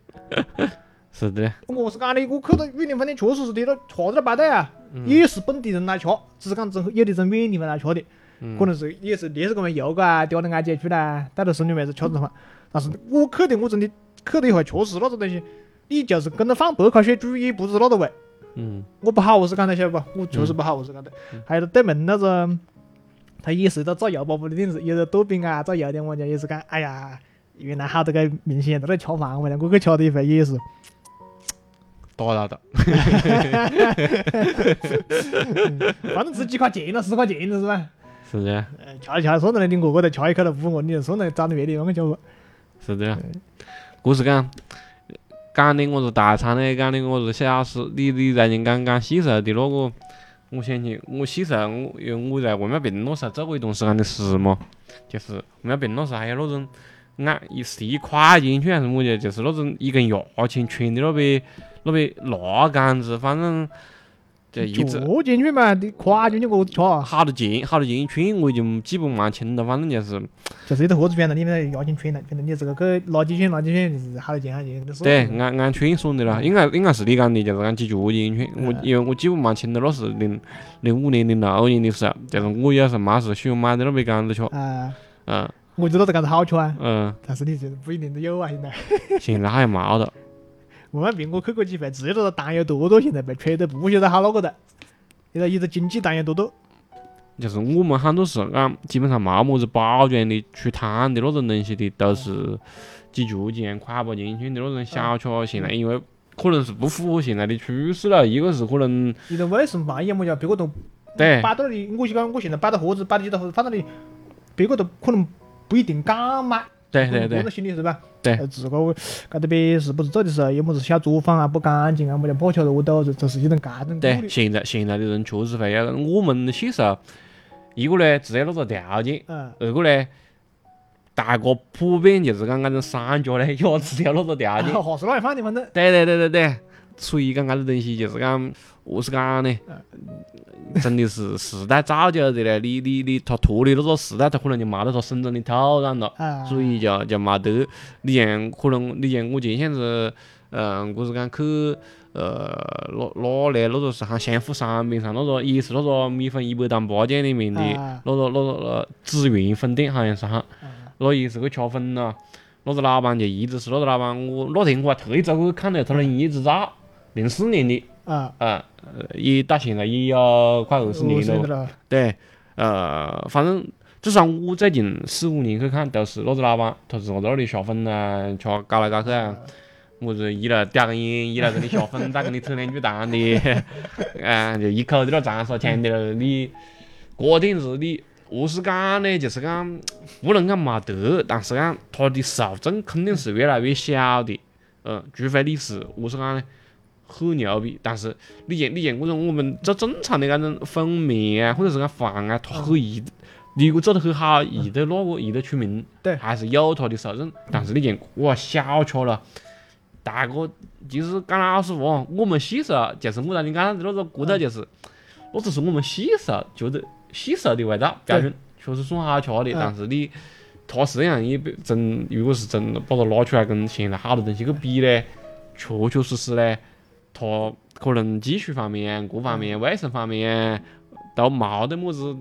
B: 是的，
C: 我是讲的，我去到玉林分店确实是的，那吃子在排队啊，
B: 嗯
C: 也是本地人来吃，只是讲从有的从远地方来吃的。可
B: 嗯
C: 能是也是也是搿么游个啊，叼到俺姐去啦，带到孙女妹子吃顿饭。但是我去的我真的去的一回，确实那种东西，你就是跟着放白开水煮，也不是那个味。
B: 嗯
C: 我不好意思讲的，晓得不？我确实不好意思讲的。还有个对门那个，他也是一个造油包包的店子，有的豆饼啊，造油点，我家也是讲，哎呀，原来好多个明星都在吃饭，我那我去吃了一回也是，
B: 打打打，
C: 反正只几块钱了，十块钱了是吧？
B: 是的，
C: 呃，吃一吃算了，你我过来吃一口了五我，你就算了，找你别地方去吃吧。
B: 是的。故事讲，讲的我是大餐的，讲的我是小吃。你你才能讲讲细时候的那个，我想起我细时候，我因为我在外面平那时候做过一段时间的事嘛，就是外面平那时候还有那种。按一十一块钱去还是么子，就是那种一根牙签穿的那边那边辣杆子，反正就一直
C: 坐进去嘛，你垮进去我吃，
B: 好多钱好多钱一串，我已经记不蛮清了，反正就是
C: 就是一坨盒子片了，你们那牙签穿了，反正你这个去拿几圈拿几圈，就是好多钱好多钱，
B: 对，按按圈算的啦，应该应该是你讲的，就是按几角钱圈。我
C: 嗯
B: 因为我记不蛮清了，那是零零五年、零六年的时候，就是我也是蛮是喜欢买的那边杆子吃。
C: 啊，
B: 嗯
C: 我知道这个是好吃啊，
B: 嗯，
C: 但是你这不一定都有啊，现在。
B: 现在还没了。
C: 我们苹果去过几回，知道它单有多多，现在被吹得不晓得好哪个的。现在一直经济单有多多，
B: 就是我们很多时候讲，基本上没么子包装的、出摊的那种东西的，都是几角钱、块把钱圈的那种小吃。现在因为可能是不符合现在的趋势了，一个是可能
C: 现在为什么没有么家别个都
B: 对
C: 摆到那里？我就讲我现在摆到盒子，摆到几道盒子放到那里，别个都可能不一定敢买。
B: 对对对
C: 我，心里是吧？
B: 对
C: 呃自个我搞得别是不是做的时候，有么子小作坊啊不干净啊，没得破球的，我都是这是一种这种顾
B: 对，
C: 虑。
B: 现在现在的人确实会要，我们细时候，一个呢只有那个条件，
C: 嗯，
B: 二个呢，大家普遍就是讲那种商家呢，也 只有那个条件。
C: 话是那一放的，反正
B: 对对对对对，所以讲搿个东西就是讲，何是讲呢？真的是时代造就的嘞，你你你，它脱离那个时代，它可能就没得它生长的土壤了。
C: 啊，
B: 所以就就没得。你像可能你像我前些子，嗯、我是讲去呃哪哪嘞，那个是喊湘府山边上那个也是那个米粉一百单八间里面的
C: 啊
B: 那个那个呃紫园分店，好像是哈，那也是去吃粉咯。那个老板就一直是那个老板，我那天我还特意走过去看了，他能一直照，零四年的
C: 啊，
B: 啊，呃也到现在也有快二十年了吧
C: 的。了，
B: 对，呃，反正至少我最近四五年去看，都是那个老板，他是我在那里下粉啊，吃搞来搞去啊，么子一来叼根烟，一来跟你下粉，再跟你 扯两句谈的，啊，就一口在那长沙腔的了。你这点子你何是讲呢？就是讲不能讲没得，但是讲他的受众肯定是越来越小的，嗯，除非你是何是讲呢？很牛逼，但是你像你像我种我们做正常的那种粉面啊，或者是讲饭啊，它
C: 嗯
B: 很易，你如果做得很好，易得那个易得出名，
C: 对
B: 还是有它的受众。但是你像哇小吃了，大哥，其实讲老实话，我们细时候就是我让你讲的那个骨
C: 嗯
B: 头，就是那只是我们细时候觉得细时候的味道标准，确实算好吃的，
C: 嗯
B: 但是你。它实际上也被真，如果是真的把它拿出来跟现在好多东西去比呢，确确实实呢，它可能技术方面、各方面、卫生方面都没得么子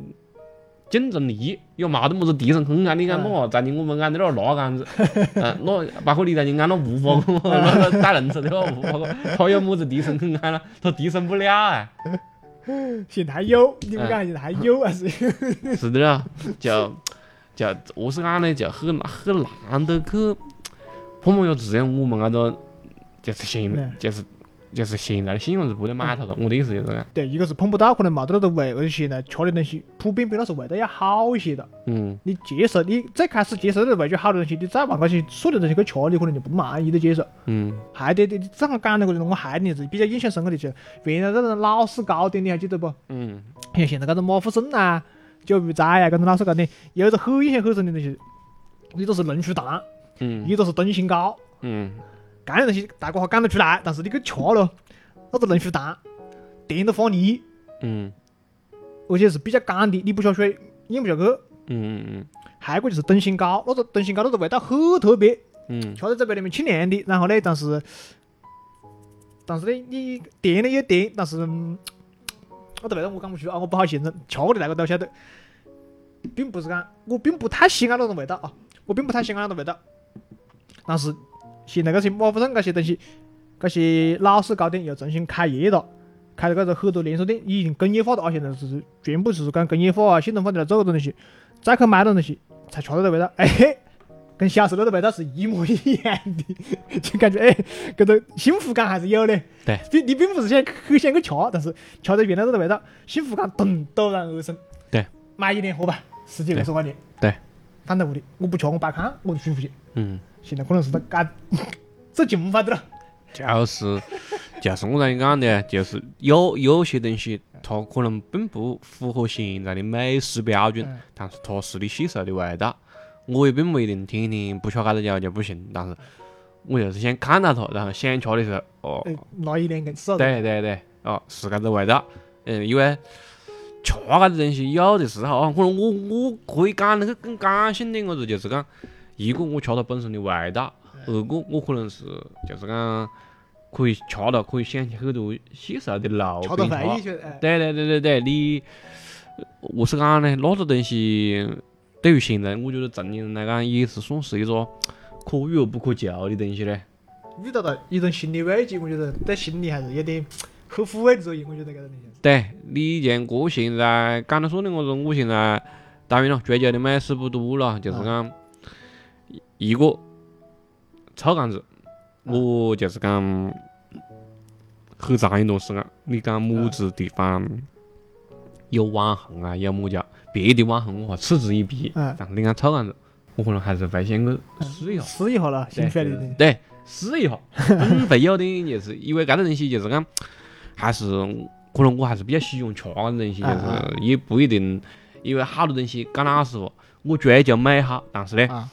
B: 竞争力，也没得么子提升空啊间。你讲
C: 嗯
B: 那在你我们按的那哪杆 子，嗯，那包括你在你按那无花 果，那个带轮子的那无花果，它有么子提升空间了？它提升不了啊。
C: 现在还有，你们讲现在还有还是？
B: 是的啦，就就何是讲呢？就很很难得去，碰么要只有我们搿个就是
C: 对
B: 现就是就是现在的信用是不得买它的。我的意思就是讲，
C: 对，一个是碰不到，可能没得那个味，而且呢，吃的东西普遍比那是味道要好一些的。
B: 嗯，
C: 你接受，你最开始接受那个味觉好的东西，你再往那些所有的东西去吃，你可能就不满意的接受。
B: 嗯，
C: 还得得这样讲的，我觉得我还是比较印象深刻的就是原来那种老式糕点，你还记得不？
B: 嗯，
C: 像现在搿种马福盛啊、九如斋啊，搿种老式糕点，有一个很印象很深的东西，一个是龙须糖，
B: 嗯，
C: 一个是灯芯糕。
B: 嗯，
C: 搿样东西大家还讲得出来，但是你去吃了，那个龙须糖甜得发腻，
B: 嗯，
C: 而且是比较干的，你不下水咽不下去。
B: 嗯，嗯，
C: 还有一个就是灯芯糕，那个灯芯糕那个味道很特别，
B: 嗯，
C: 吃在这边里面清凉的。然后呢，但是但是呢，你甜呢也甜，但是嗯我的味道我讲不出啊，我不好形容。吃过的大家都晓得，并不是讲我并不太喜欢那种味道啊，我并不太喜欢那种味道。但是现在搿些马福盛搿些东西，搿些老式糕点又重新开业了。开了搿个很多连锁店，已经工业化了，而且呢是全部是讲工业化啊、系统化的来做搿种东西，再去买那种东西才吃到这味道，哎嘿，跟小时候的味道是一模一样的， 就感觉哎，搿种幸福感还是有的。
B: 对，
C: 并你并不是想很想去吃，但是吃着原来的味道，幸福感顿陡然而生。
B: 对，
C: 买一点喝吧，十几
B: 对
C: 二十块钱
B: 对，
C: 放在屋里，我不吃我白看，我就舒服些。
B: 嗯，
C: 现在可能是在干 做穷法子了。
B: 哦就是就是我让你讲的，就是有有些东西它可能并不符合现在的美食标准，
C: 嗯
B: 但是它是你吸收的味道。我也并不一定天天不吃搿个就就不行，但是我就是想看到它，然后想吃的时候，哦，
C: 哎，拿一点更少的。
B: 对对对，哦，是搿个味道。嗯，因为吃搿个东西，有的时候啊，可能我我可以讲那个更感性点，我子就是讲，一个我吃它本身的味道，二个我可能是就是讲可以吃到可以想起很多细时候的路
C: 吃到
B: 边
C: 回忆
B: 吃。
C: 去，哎，
B: 对对对对对，你我是讲呢，那个东西对于现在我觉得成年人来讲，也是算是一个可遇而不可求的东西嘞。
C: 遇到了一种心理慰藉，我觉得对心理还是有点很抚慰的作用。我觉得搿个东西还是。
B: 对你像我现在讲得算的，我说我啊现在当然了，追求的美食不多了，就是啊讲一个臭杆子，我就是讲很长一段时间，你讲么子地方有网红啊，有么家别的网红我还嗤之以鼻，
C: 嗯
B: 但是你讲臭杆子，我可能还是会先去试一下。
C: 试一下了，新出来的东西。
B: 对，试一下， 嗯，会有点就是因为搿个东西就是讲，还是可能我还是比较喜欢吃搿个东西，就
C: 啊啊
B: 是也不一定，因为好多东西讲老实话，我追求美好，但是呢，
C: 啊，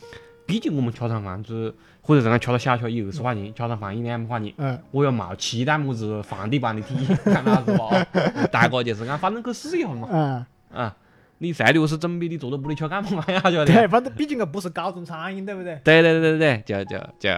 B: 毕竟我们吃餐饭子，或者是讲吃到小吃一二十块钱，吃餐饭一两百块钱。
C: 嗯，
B: 我又冇期待么子房地板的体验，讲老实话，哦 大家就是讲，反正去试一下嘛，
C: 啊，
B: 啊，你谁的我是准备你坐到屋里吃干嘛嘛呀，晓得？
C: 对，反正毕竟个不是高中餐饮，对不对？
B: 对对对对对，就就就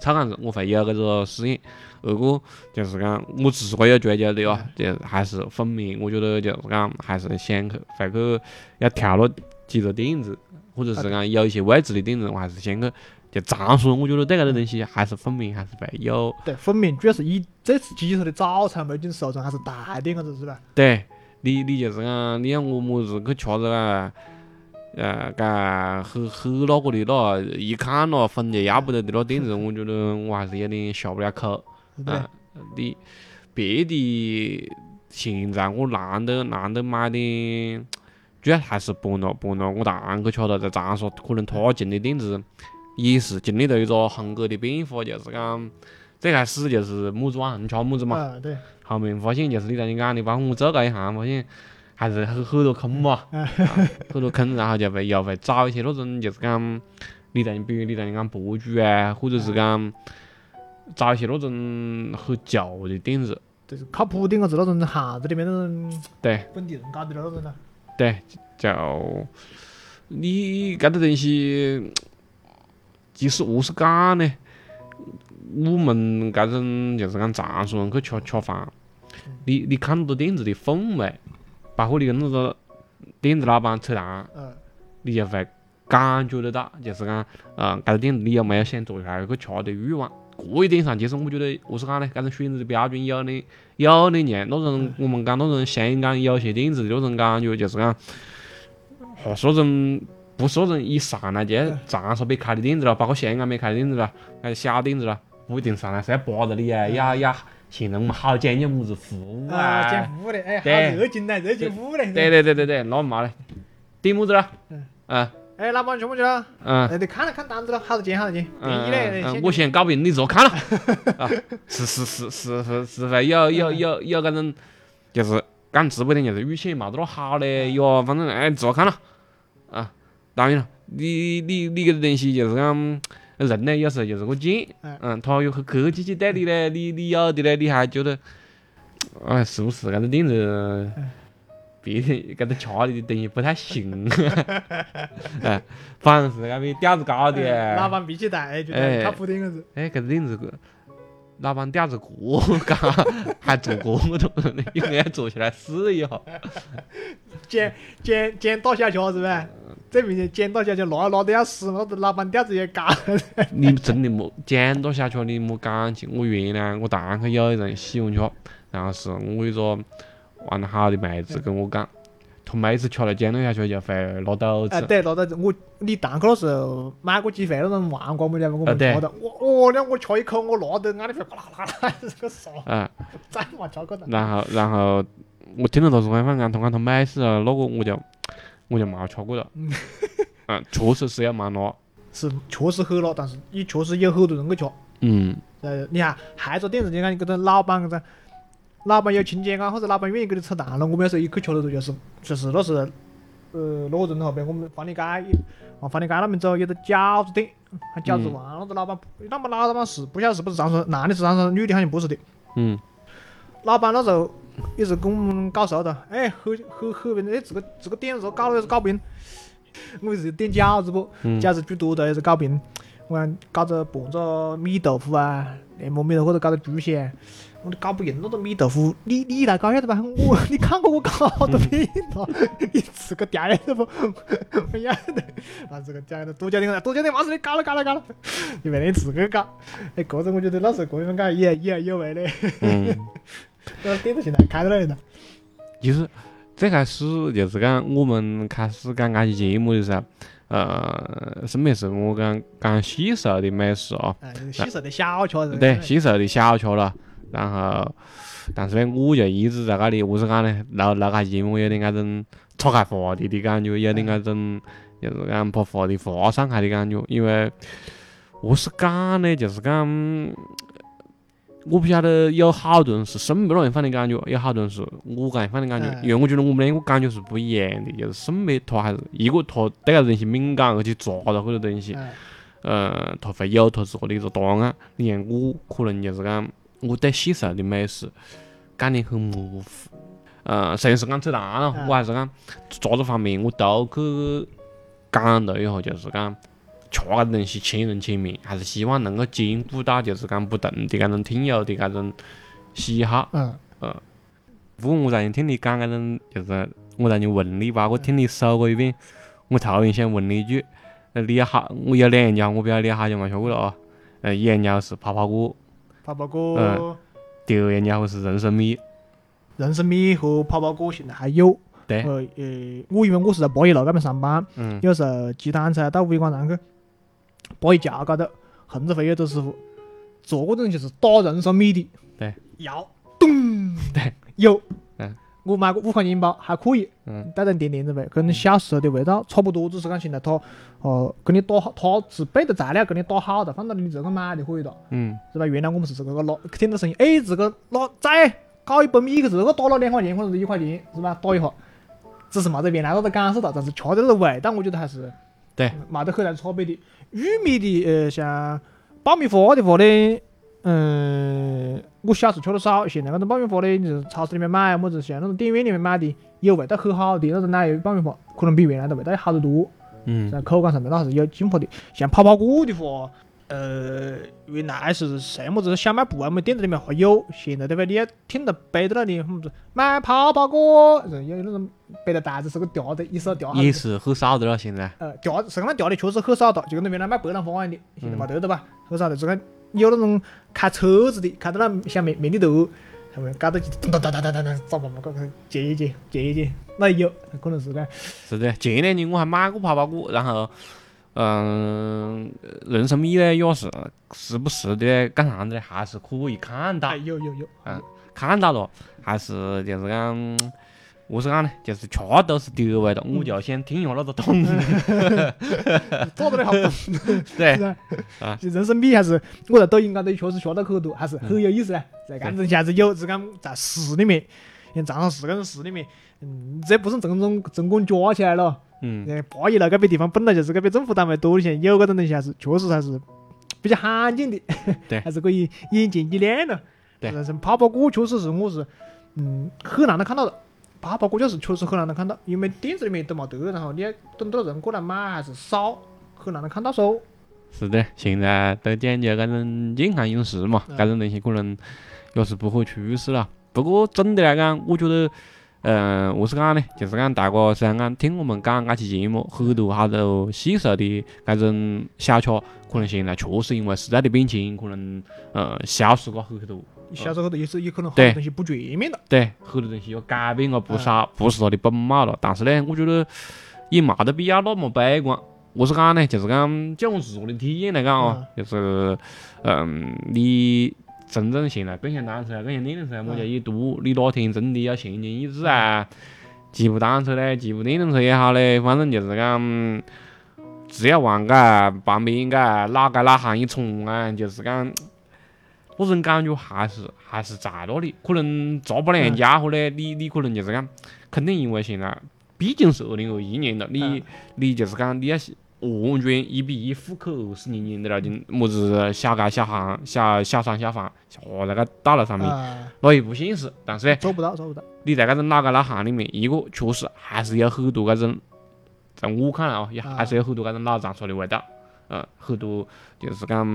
B: 草杆子，我会有搿个适应。二个就是讲，我自个有追求的哦，就还是分明，我觉得就是讲，还是先去会去要挑了几个店子，或者是讲有一些位置的店子，我还是先去就尝试。我觉得对搿个东西还是分明还是会有
C: 对，分明主要是以这次基础的早餐为准，受众还是大一点，个子是吧？
B: 对你，你就是讲，你让我么子去吃这个，呃，搿很很那个的咯，一看咯，分就要不得的那店子，我觉得我还是有点下不了口。
C: 对不对？
B: 啊，你别的现在我难得难得买点，主要还是搬了搬了我堂去吃了，在长沙可能他进的店子也是经历了一个风格的变化，就是讲最开始就是么子网红吃么子嘛，
C: 啊，对，
B: 后面发现就是你刚才讲的，包括我做这一行，发现还是很很多坑嘛， 啊很多坑，然后就会又会找一些那种就是讲，你像比如你像讲博主啊，或者是讲找一些那种很旧的店子，
C: 就是靠谱点，个子那种巷子里面那种
B: 对
C: 本地人搞的那种啦。
B: 对，就你搿个东西，其实何是讲呢？我们搿种就是讲长沙人去吃吃饭，你你看到店子的氛围，包括你跟那个店子老板扯谈，
C: 嗯，
B: 你就会感觉得到，就是讲，呃，搿个店子你有没有想坐下来去吃的欲望？这一点上，其实我觉得何是讲呢？搿种选择的标准有点有点像那种我们讲那种香港有些店子的那种感觉，就是讲，还是那种不是那种以上来就长沙边开的店子了，包括香港边开的店子了，那小店子了，不一定上来是要扒着你啊，要要显得我们好讲究么子服务
C: 啊，
B: 啊，
C: 讲服务的，哎，
B: 对
C: 好热情嘞，热情服务嘞。
B: 对
C: 对。
B: 对对对对，那嘛嘞，点么子了？
C: 嗯
B: 啊
C: 哎，老板，全部去了。
B: 嗯。
C: 哎，你看了看单子了，好多钱，好多钱，便宜嘞。
B: 嗯，
C: 哎
B: 嗯
C: 先
B: 我先搞不赢你坐看 了，啊，是是是是是是会有有
C: 嗯
B: 有有搿种，就是讲直白点，就是语气冇得那好嘞，哟，反正哎坐看了，啊，当然了，你你你搿个东西就是讲人呢，有时候就是个贱
C: 嗯，
B: 嗯，他又很客气去对你嘞，你你有的嘞，你还觉得，哎，是不是搿个店子？
C: 哎
B: 别的搿个吃的东西不太行， 哎，反正是搿边调子高的，
C: 哎老板脾气大，哎，觉
B: 哎
C: 得靠谱点个子。
B: 哎，搿个钉子个老板吊子 锅，讲还做锅的， 应该做起来试一下。
C: 捡捡捡大小桥是呗？这明显捡大小桥拿拿的要死，那老板调子也高。
B: 你真的莫讲到小吃，你莫讲起。我原来我堂客有人喜欢吃，然后是我一个玩得好的妹子跟我讲，从每次吃了煎了下去就会落肚
C: 哎，
B: 子。
C: 对，那个我你蛋糕的时候买过几回那种芒果没得嘛？我
B: 啊
C: 们
B: 对
C: 吃的，我哦，那我吃一口，我辣得眼里边哗啦哗啦， 这个啥？
B: 啊，
C: 再嘛吃个蛋。
B: 然后然后我听了他说，反正他他买死了那个，我就我就没吃过了。啊，确实是要蛮辣。
C: 是确实很辣，但是也确实有很多人去吃。
B: 嗯，
C: 呃，你看还做电视，你看搿种老板搿种，老板有情节啊，或者老板愿意给你扯淡了，我们有时候一去吃了头就是就是那是，呃，那个人那边我们房里街一往房里街那边走有个饺子店，还饺子
B: 嗯
C: 王，那个老板那么老板是不晓得是不是长沙人男的是长沙人，女的好像不是的。
B: 嗯，
C: 老板那时候也是跟我们搞熟的，哎，很很很平，哎，这个这个点子搞了也是搞平，我们是点饺子不，
B: 嗯
C: 饺子煮多了也是搞平，我讲搞着拌着米豆腐啊，连磨米豆腐或者搞着猪血，我都搞不赢那个米豆腐，你你来搞晓得吧？我你看过我搞的片咯，你吃个掉的不？不要得，啊，这个讲的多加点，多加点，完事你搞了搞了搞了，你没得自个搞，哎，个子我觉得那时候这样搞也也有味嘞。
B: 嗯，
C: 那电视现在开到那里了。
B: 其实最开始就是讲我们开始讲搿些节目的时候，呃，身边是我讲讲细时候的美食啊，
C: 哎，洗手的小车子。
B: 对，新时候的小吃了，然后，但是呢，我就一直在那里，我是讲呢，录录个节目有点那种岔开话题的感觉，有点那种就是讲把话题发散开的感觉，因为我是讲呢，就是讲，我不晓得有好多人是身边那样放的感觉，有好多人是我这样放的感觉，
C: 哎
B: 因为我觉得我们两个感觉是不一样的，就是身边他还是一个他对个东西敏感，而且抓到这个东西。
C: 哎，
B: 呃，他会有他自个的一个答案。你像我，可能就是讲我对细时候的美食概念很模糊。呃，虽然是讲扯淡了，
C: 嗯
B: 我还是讲咋个方面我都去讲了一下，就是讲吃搿东西千人千面，还是希望能够兼顾到就是讲不同的搿种听友的搿种喜好。
C: 嗯，
B: 不过我昨天听你讲搿种，就是我昨天问你吧，我听你说过一遍，我突然想问你一句，呃你好，我有两样，我不晓得你好久没吃过了啊。呃，一样就是泡泡锅，
C: 泡泡
B: 嗯
C: 锅、
B: 第二样就是人参米，
C: 人参米和泡泡锅现在还有。
B: 对
C: 呃呃，我因为我是在八一路那边上班，
B: 嗯
C: 有时候鸡蛋车到武广场去，八一桥高头，横着飞有周师傅做过东西是打人参米的。
B: 对。
C: 摇，咚。
B: 对。
C: 有。
B: 嗯。
C: 我买过五块钱一包，还可以。
B: 嗯
C: 带点甜甜的味，跟小时候的味道差不多，只是讲现在它，哦，给你打好，它自备的材料给你打好了，放到你这个买就可以了，
B: 嗯，
C: 是吧？原来我们是这个拿，听到声音，哎，这个拿再搞一杯米，这个打了两块钱或者是一块钱，是吧？打一下，只是没得原来那个感受到，但是吃的那个味道，我觉得还是
B: 对，
C: 没得很大差别的。玉米的，呃，像爆米花的话呢，嗯，我小时候吃的少，现在那种爆米花呢，你就是超市里面买，么子像那种店院里面买的，有味道很好的那种奶油爆米花，可能比原来的味道要好得多，
B: 嗯
C: 在口感上面那还是有进化的。像泡泡锅的话，呃，原来是什么子小卖部啊，我们店子里面还有，现在对吧？你要听到背到那里，么子买泡泡锅，就是有那种背着袋子是个条子，一手条子
B: 也是很少的了，现在，
C: 呃，条实际上条的确实很少的，就跟那原来卖白兰花一样的，现在没得了吧，很少的。这个有那种开车子的，开到那像面面的头，他们搞到起咚咚咚咚咚咚咚，找爸爸搞个接一接，接一接，那有可能是个，
B: 是的。前两年我还买过泡泡锅，然后，嗯、人参米呢也是时不时的干啥子呢，还是可以看到
C: 哎，。有有有，
B: 看到了，还是就是讲，我是讲呢，就是吃都是第一位的，我就先听一下那个懂。
C: 做得的好，
B: 对，
C: 人参米还是我在抖音高头确实学到很多，还是
B: 嗯
C: 很有意思啊。在干城下子有，是讲在市里面，像长沙市搿种市里面，嗯，这不是正宗正管抓起来了。
B: 嗯，
C: 呃，八一楼搿边地方本来就是搿边政府单位多的些，有搿种东西还是确实还是比较罕见的，
B: 对
C: 还是可以眼前一亮了。
B: 对
C: 但是泡泡锅确实是我是嗯很难得看到的，泡泡锅就是确实很难得看到，因为店子里面都没得，然后你要等到人过来买还是少，很难得看到嗦。
B: 是的，现在都讲究搿种健康饮食嘛，
C: 嗯
B: 搿种东西可能也是不可缺失了。不过总的来讲，我觉得嗯，何是讲呢？就是讲大家虽然讲听我们讲搿期节目，很多哈都细时候的搿种小吃，可能现在确实因为时代的变迁，可能呃消失过很多。
C: 小时候有时有可能好
B: 对
C: 多东西不全面了，
B: 对，很多东西要改变了不少，不是它的本貌了。但是呢，我觉得也没得必要那么悲观。何是讲呢？就是讲，就我自个的体验来讲哦，就是，嗯，你真正现在更像单车，更像电动车，么叫啊一读，你哪天真的要闲情逸致啊，骑部单车嘞，骑部电动车也好嘞，反正就是讲，只要往个旁边个哪个哪行一冲啊，就是讲，那种感觉还是还是在那里。可能咋不两家伙嘞，你你可能就是讲，肯定因为现在毕竟是二零二一年了，你
C: 嗯
B: 你就是讲你要是完全一比一复刻二十年前的那种么子小街小巷小小商小贩下在个道路上面，
C: 啊，
B: 那也不现实。但是呢，
C: 做不到，做不到，
B: 你在搿种哪个哪行里面，一个确实还是有很多搿种，在我看来哦，
C: 啊
B: 也还是有很多搿种老长沙的味道。呃，很多就是讲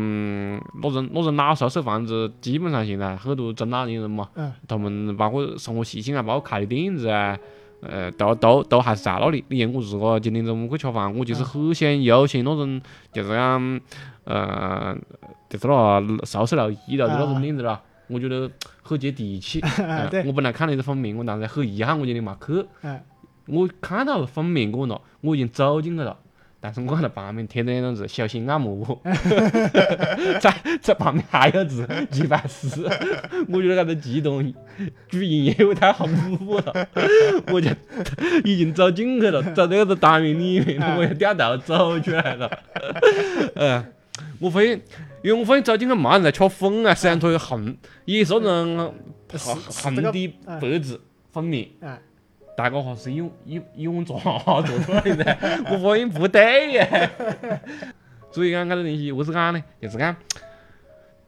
B: 那种那种老时候售房子，基本上现在很多中老年人嘛，
C: 嗯
B: 他们包括生活习性啊，包括开的店子啊，呃，都都都还是在那里。你像我自个今天中午去吃饭，我其实
C: 嗯
B: 很想有些那种就是讲呃，就是那熟食楼一楼的那种
C: 啊
B: 店子啦，我觉得很接地气。嗯
C: 对
B: 我本来看了一个封面，我但是很遗憾，我今天没去。
C: 嗯
B: 我看到了封面过了，我已经走进去了，但是我看到旁边贴着那张子“小心按摩”， 在在旁边还有字“几百四”，我觉得搿个集团主营业务太丰富了，我就已经走进去了，走到那个单元里面
C: 哎
B: 了，我就掉头走出来了。 嗯，我发现，因为我发现走进去没人来吃粉啊，虽然它有红，也是那种红红
C: 哎这个
B: 的
C: 嗯
B: 白纸封面。
C: 啊，
B: 大家还是用用用抓做出来的，我发现不对耶。 所以讲搿个东西，何是讲呢？就是讲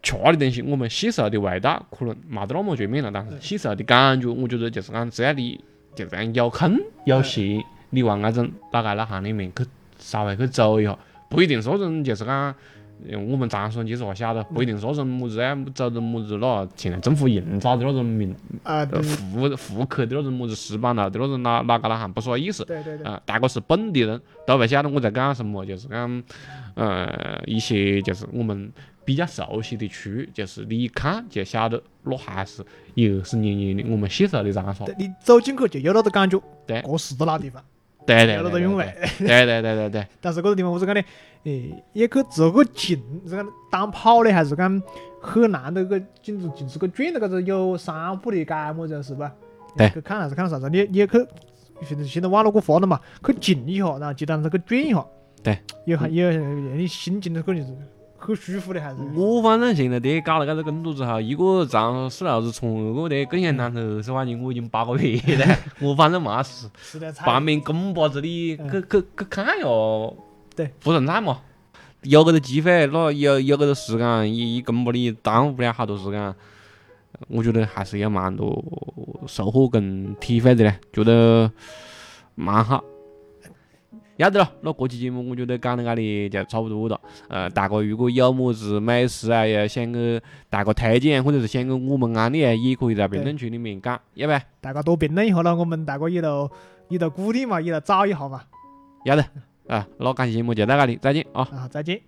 B: 吃的东西，我们细时候的味道可能没得那么全面了，但是细时候的感觉，我觉得就是讲，只要你就是讲有空有闲，你往那种哪个那行里面去稍微去走一下，不一定是那种就是讲。呃我们长沙其实还晓得，不一定是那种么子啊，走的么子那现在政府营造的那种名
C: 啊，
B: 呃
C: 对
B: 妇妇科的那种么子石板楼的那种哪哪个哪行不是那意思
C: 对对对，
B: 啊，大家是本地人都会晓得我在讲什么，就是讲呃一些就是我们比较熟悉的区域，就是你一看就晓得那还是一二十年前的我们细时候的长沙，
C: 对你走进去就有那个感觉，
B: 对
C: 这是的那地方，
B: 对对
C: 有那
B: 对
C: 个
B: 对
C: 韵
B: 对
C: 味。
B: 对对对对对，
C: 但是这个地方我是讲的，诶，也去做个景，是讲单跑的还是讲很难的个进入进出个圈的，搿是有散步的街么子是吧？
B: 对
C: 去看还是看啥子？你你也去，现在现在网络过发了嘛，去近一下，然后接单子去转一下，
B: 对，
C: 也很也让你心情的肯定是很舒服的，还是
B: 我反正现在爹搞了搿个工作之后，一个长沙老子从二个的更像单车二十块钱，我已经八个月了， 我反正没事。
C: 吃的菜
B: 旁边公巴子里
C: 嗯
B: 去去去看哟，
C: 对，
B: 不存在嘛。有搿个机会，那有有搿个时间，也也根本你耽误不了好多时间。我觉得还是有蛮多收获跟体会的嘞，觉得蛮好。要得了，那这期节目我觉得讲到这里就差不多了。呃，大家如果有么子美食啊，要想给大家推荐，或者是想给我们安利啊，也可以在评论区里面讲，要不要？
C: 大家多评论一下啦，我们大家也都也都固定嘛，也都找一下嘛，
B: 要得啊，那感谢节目就到这里，再见啊。
C: 啊，再见。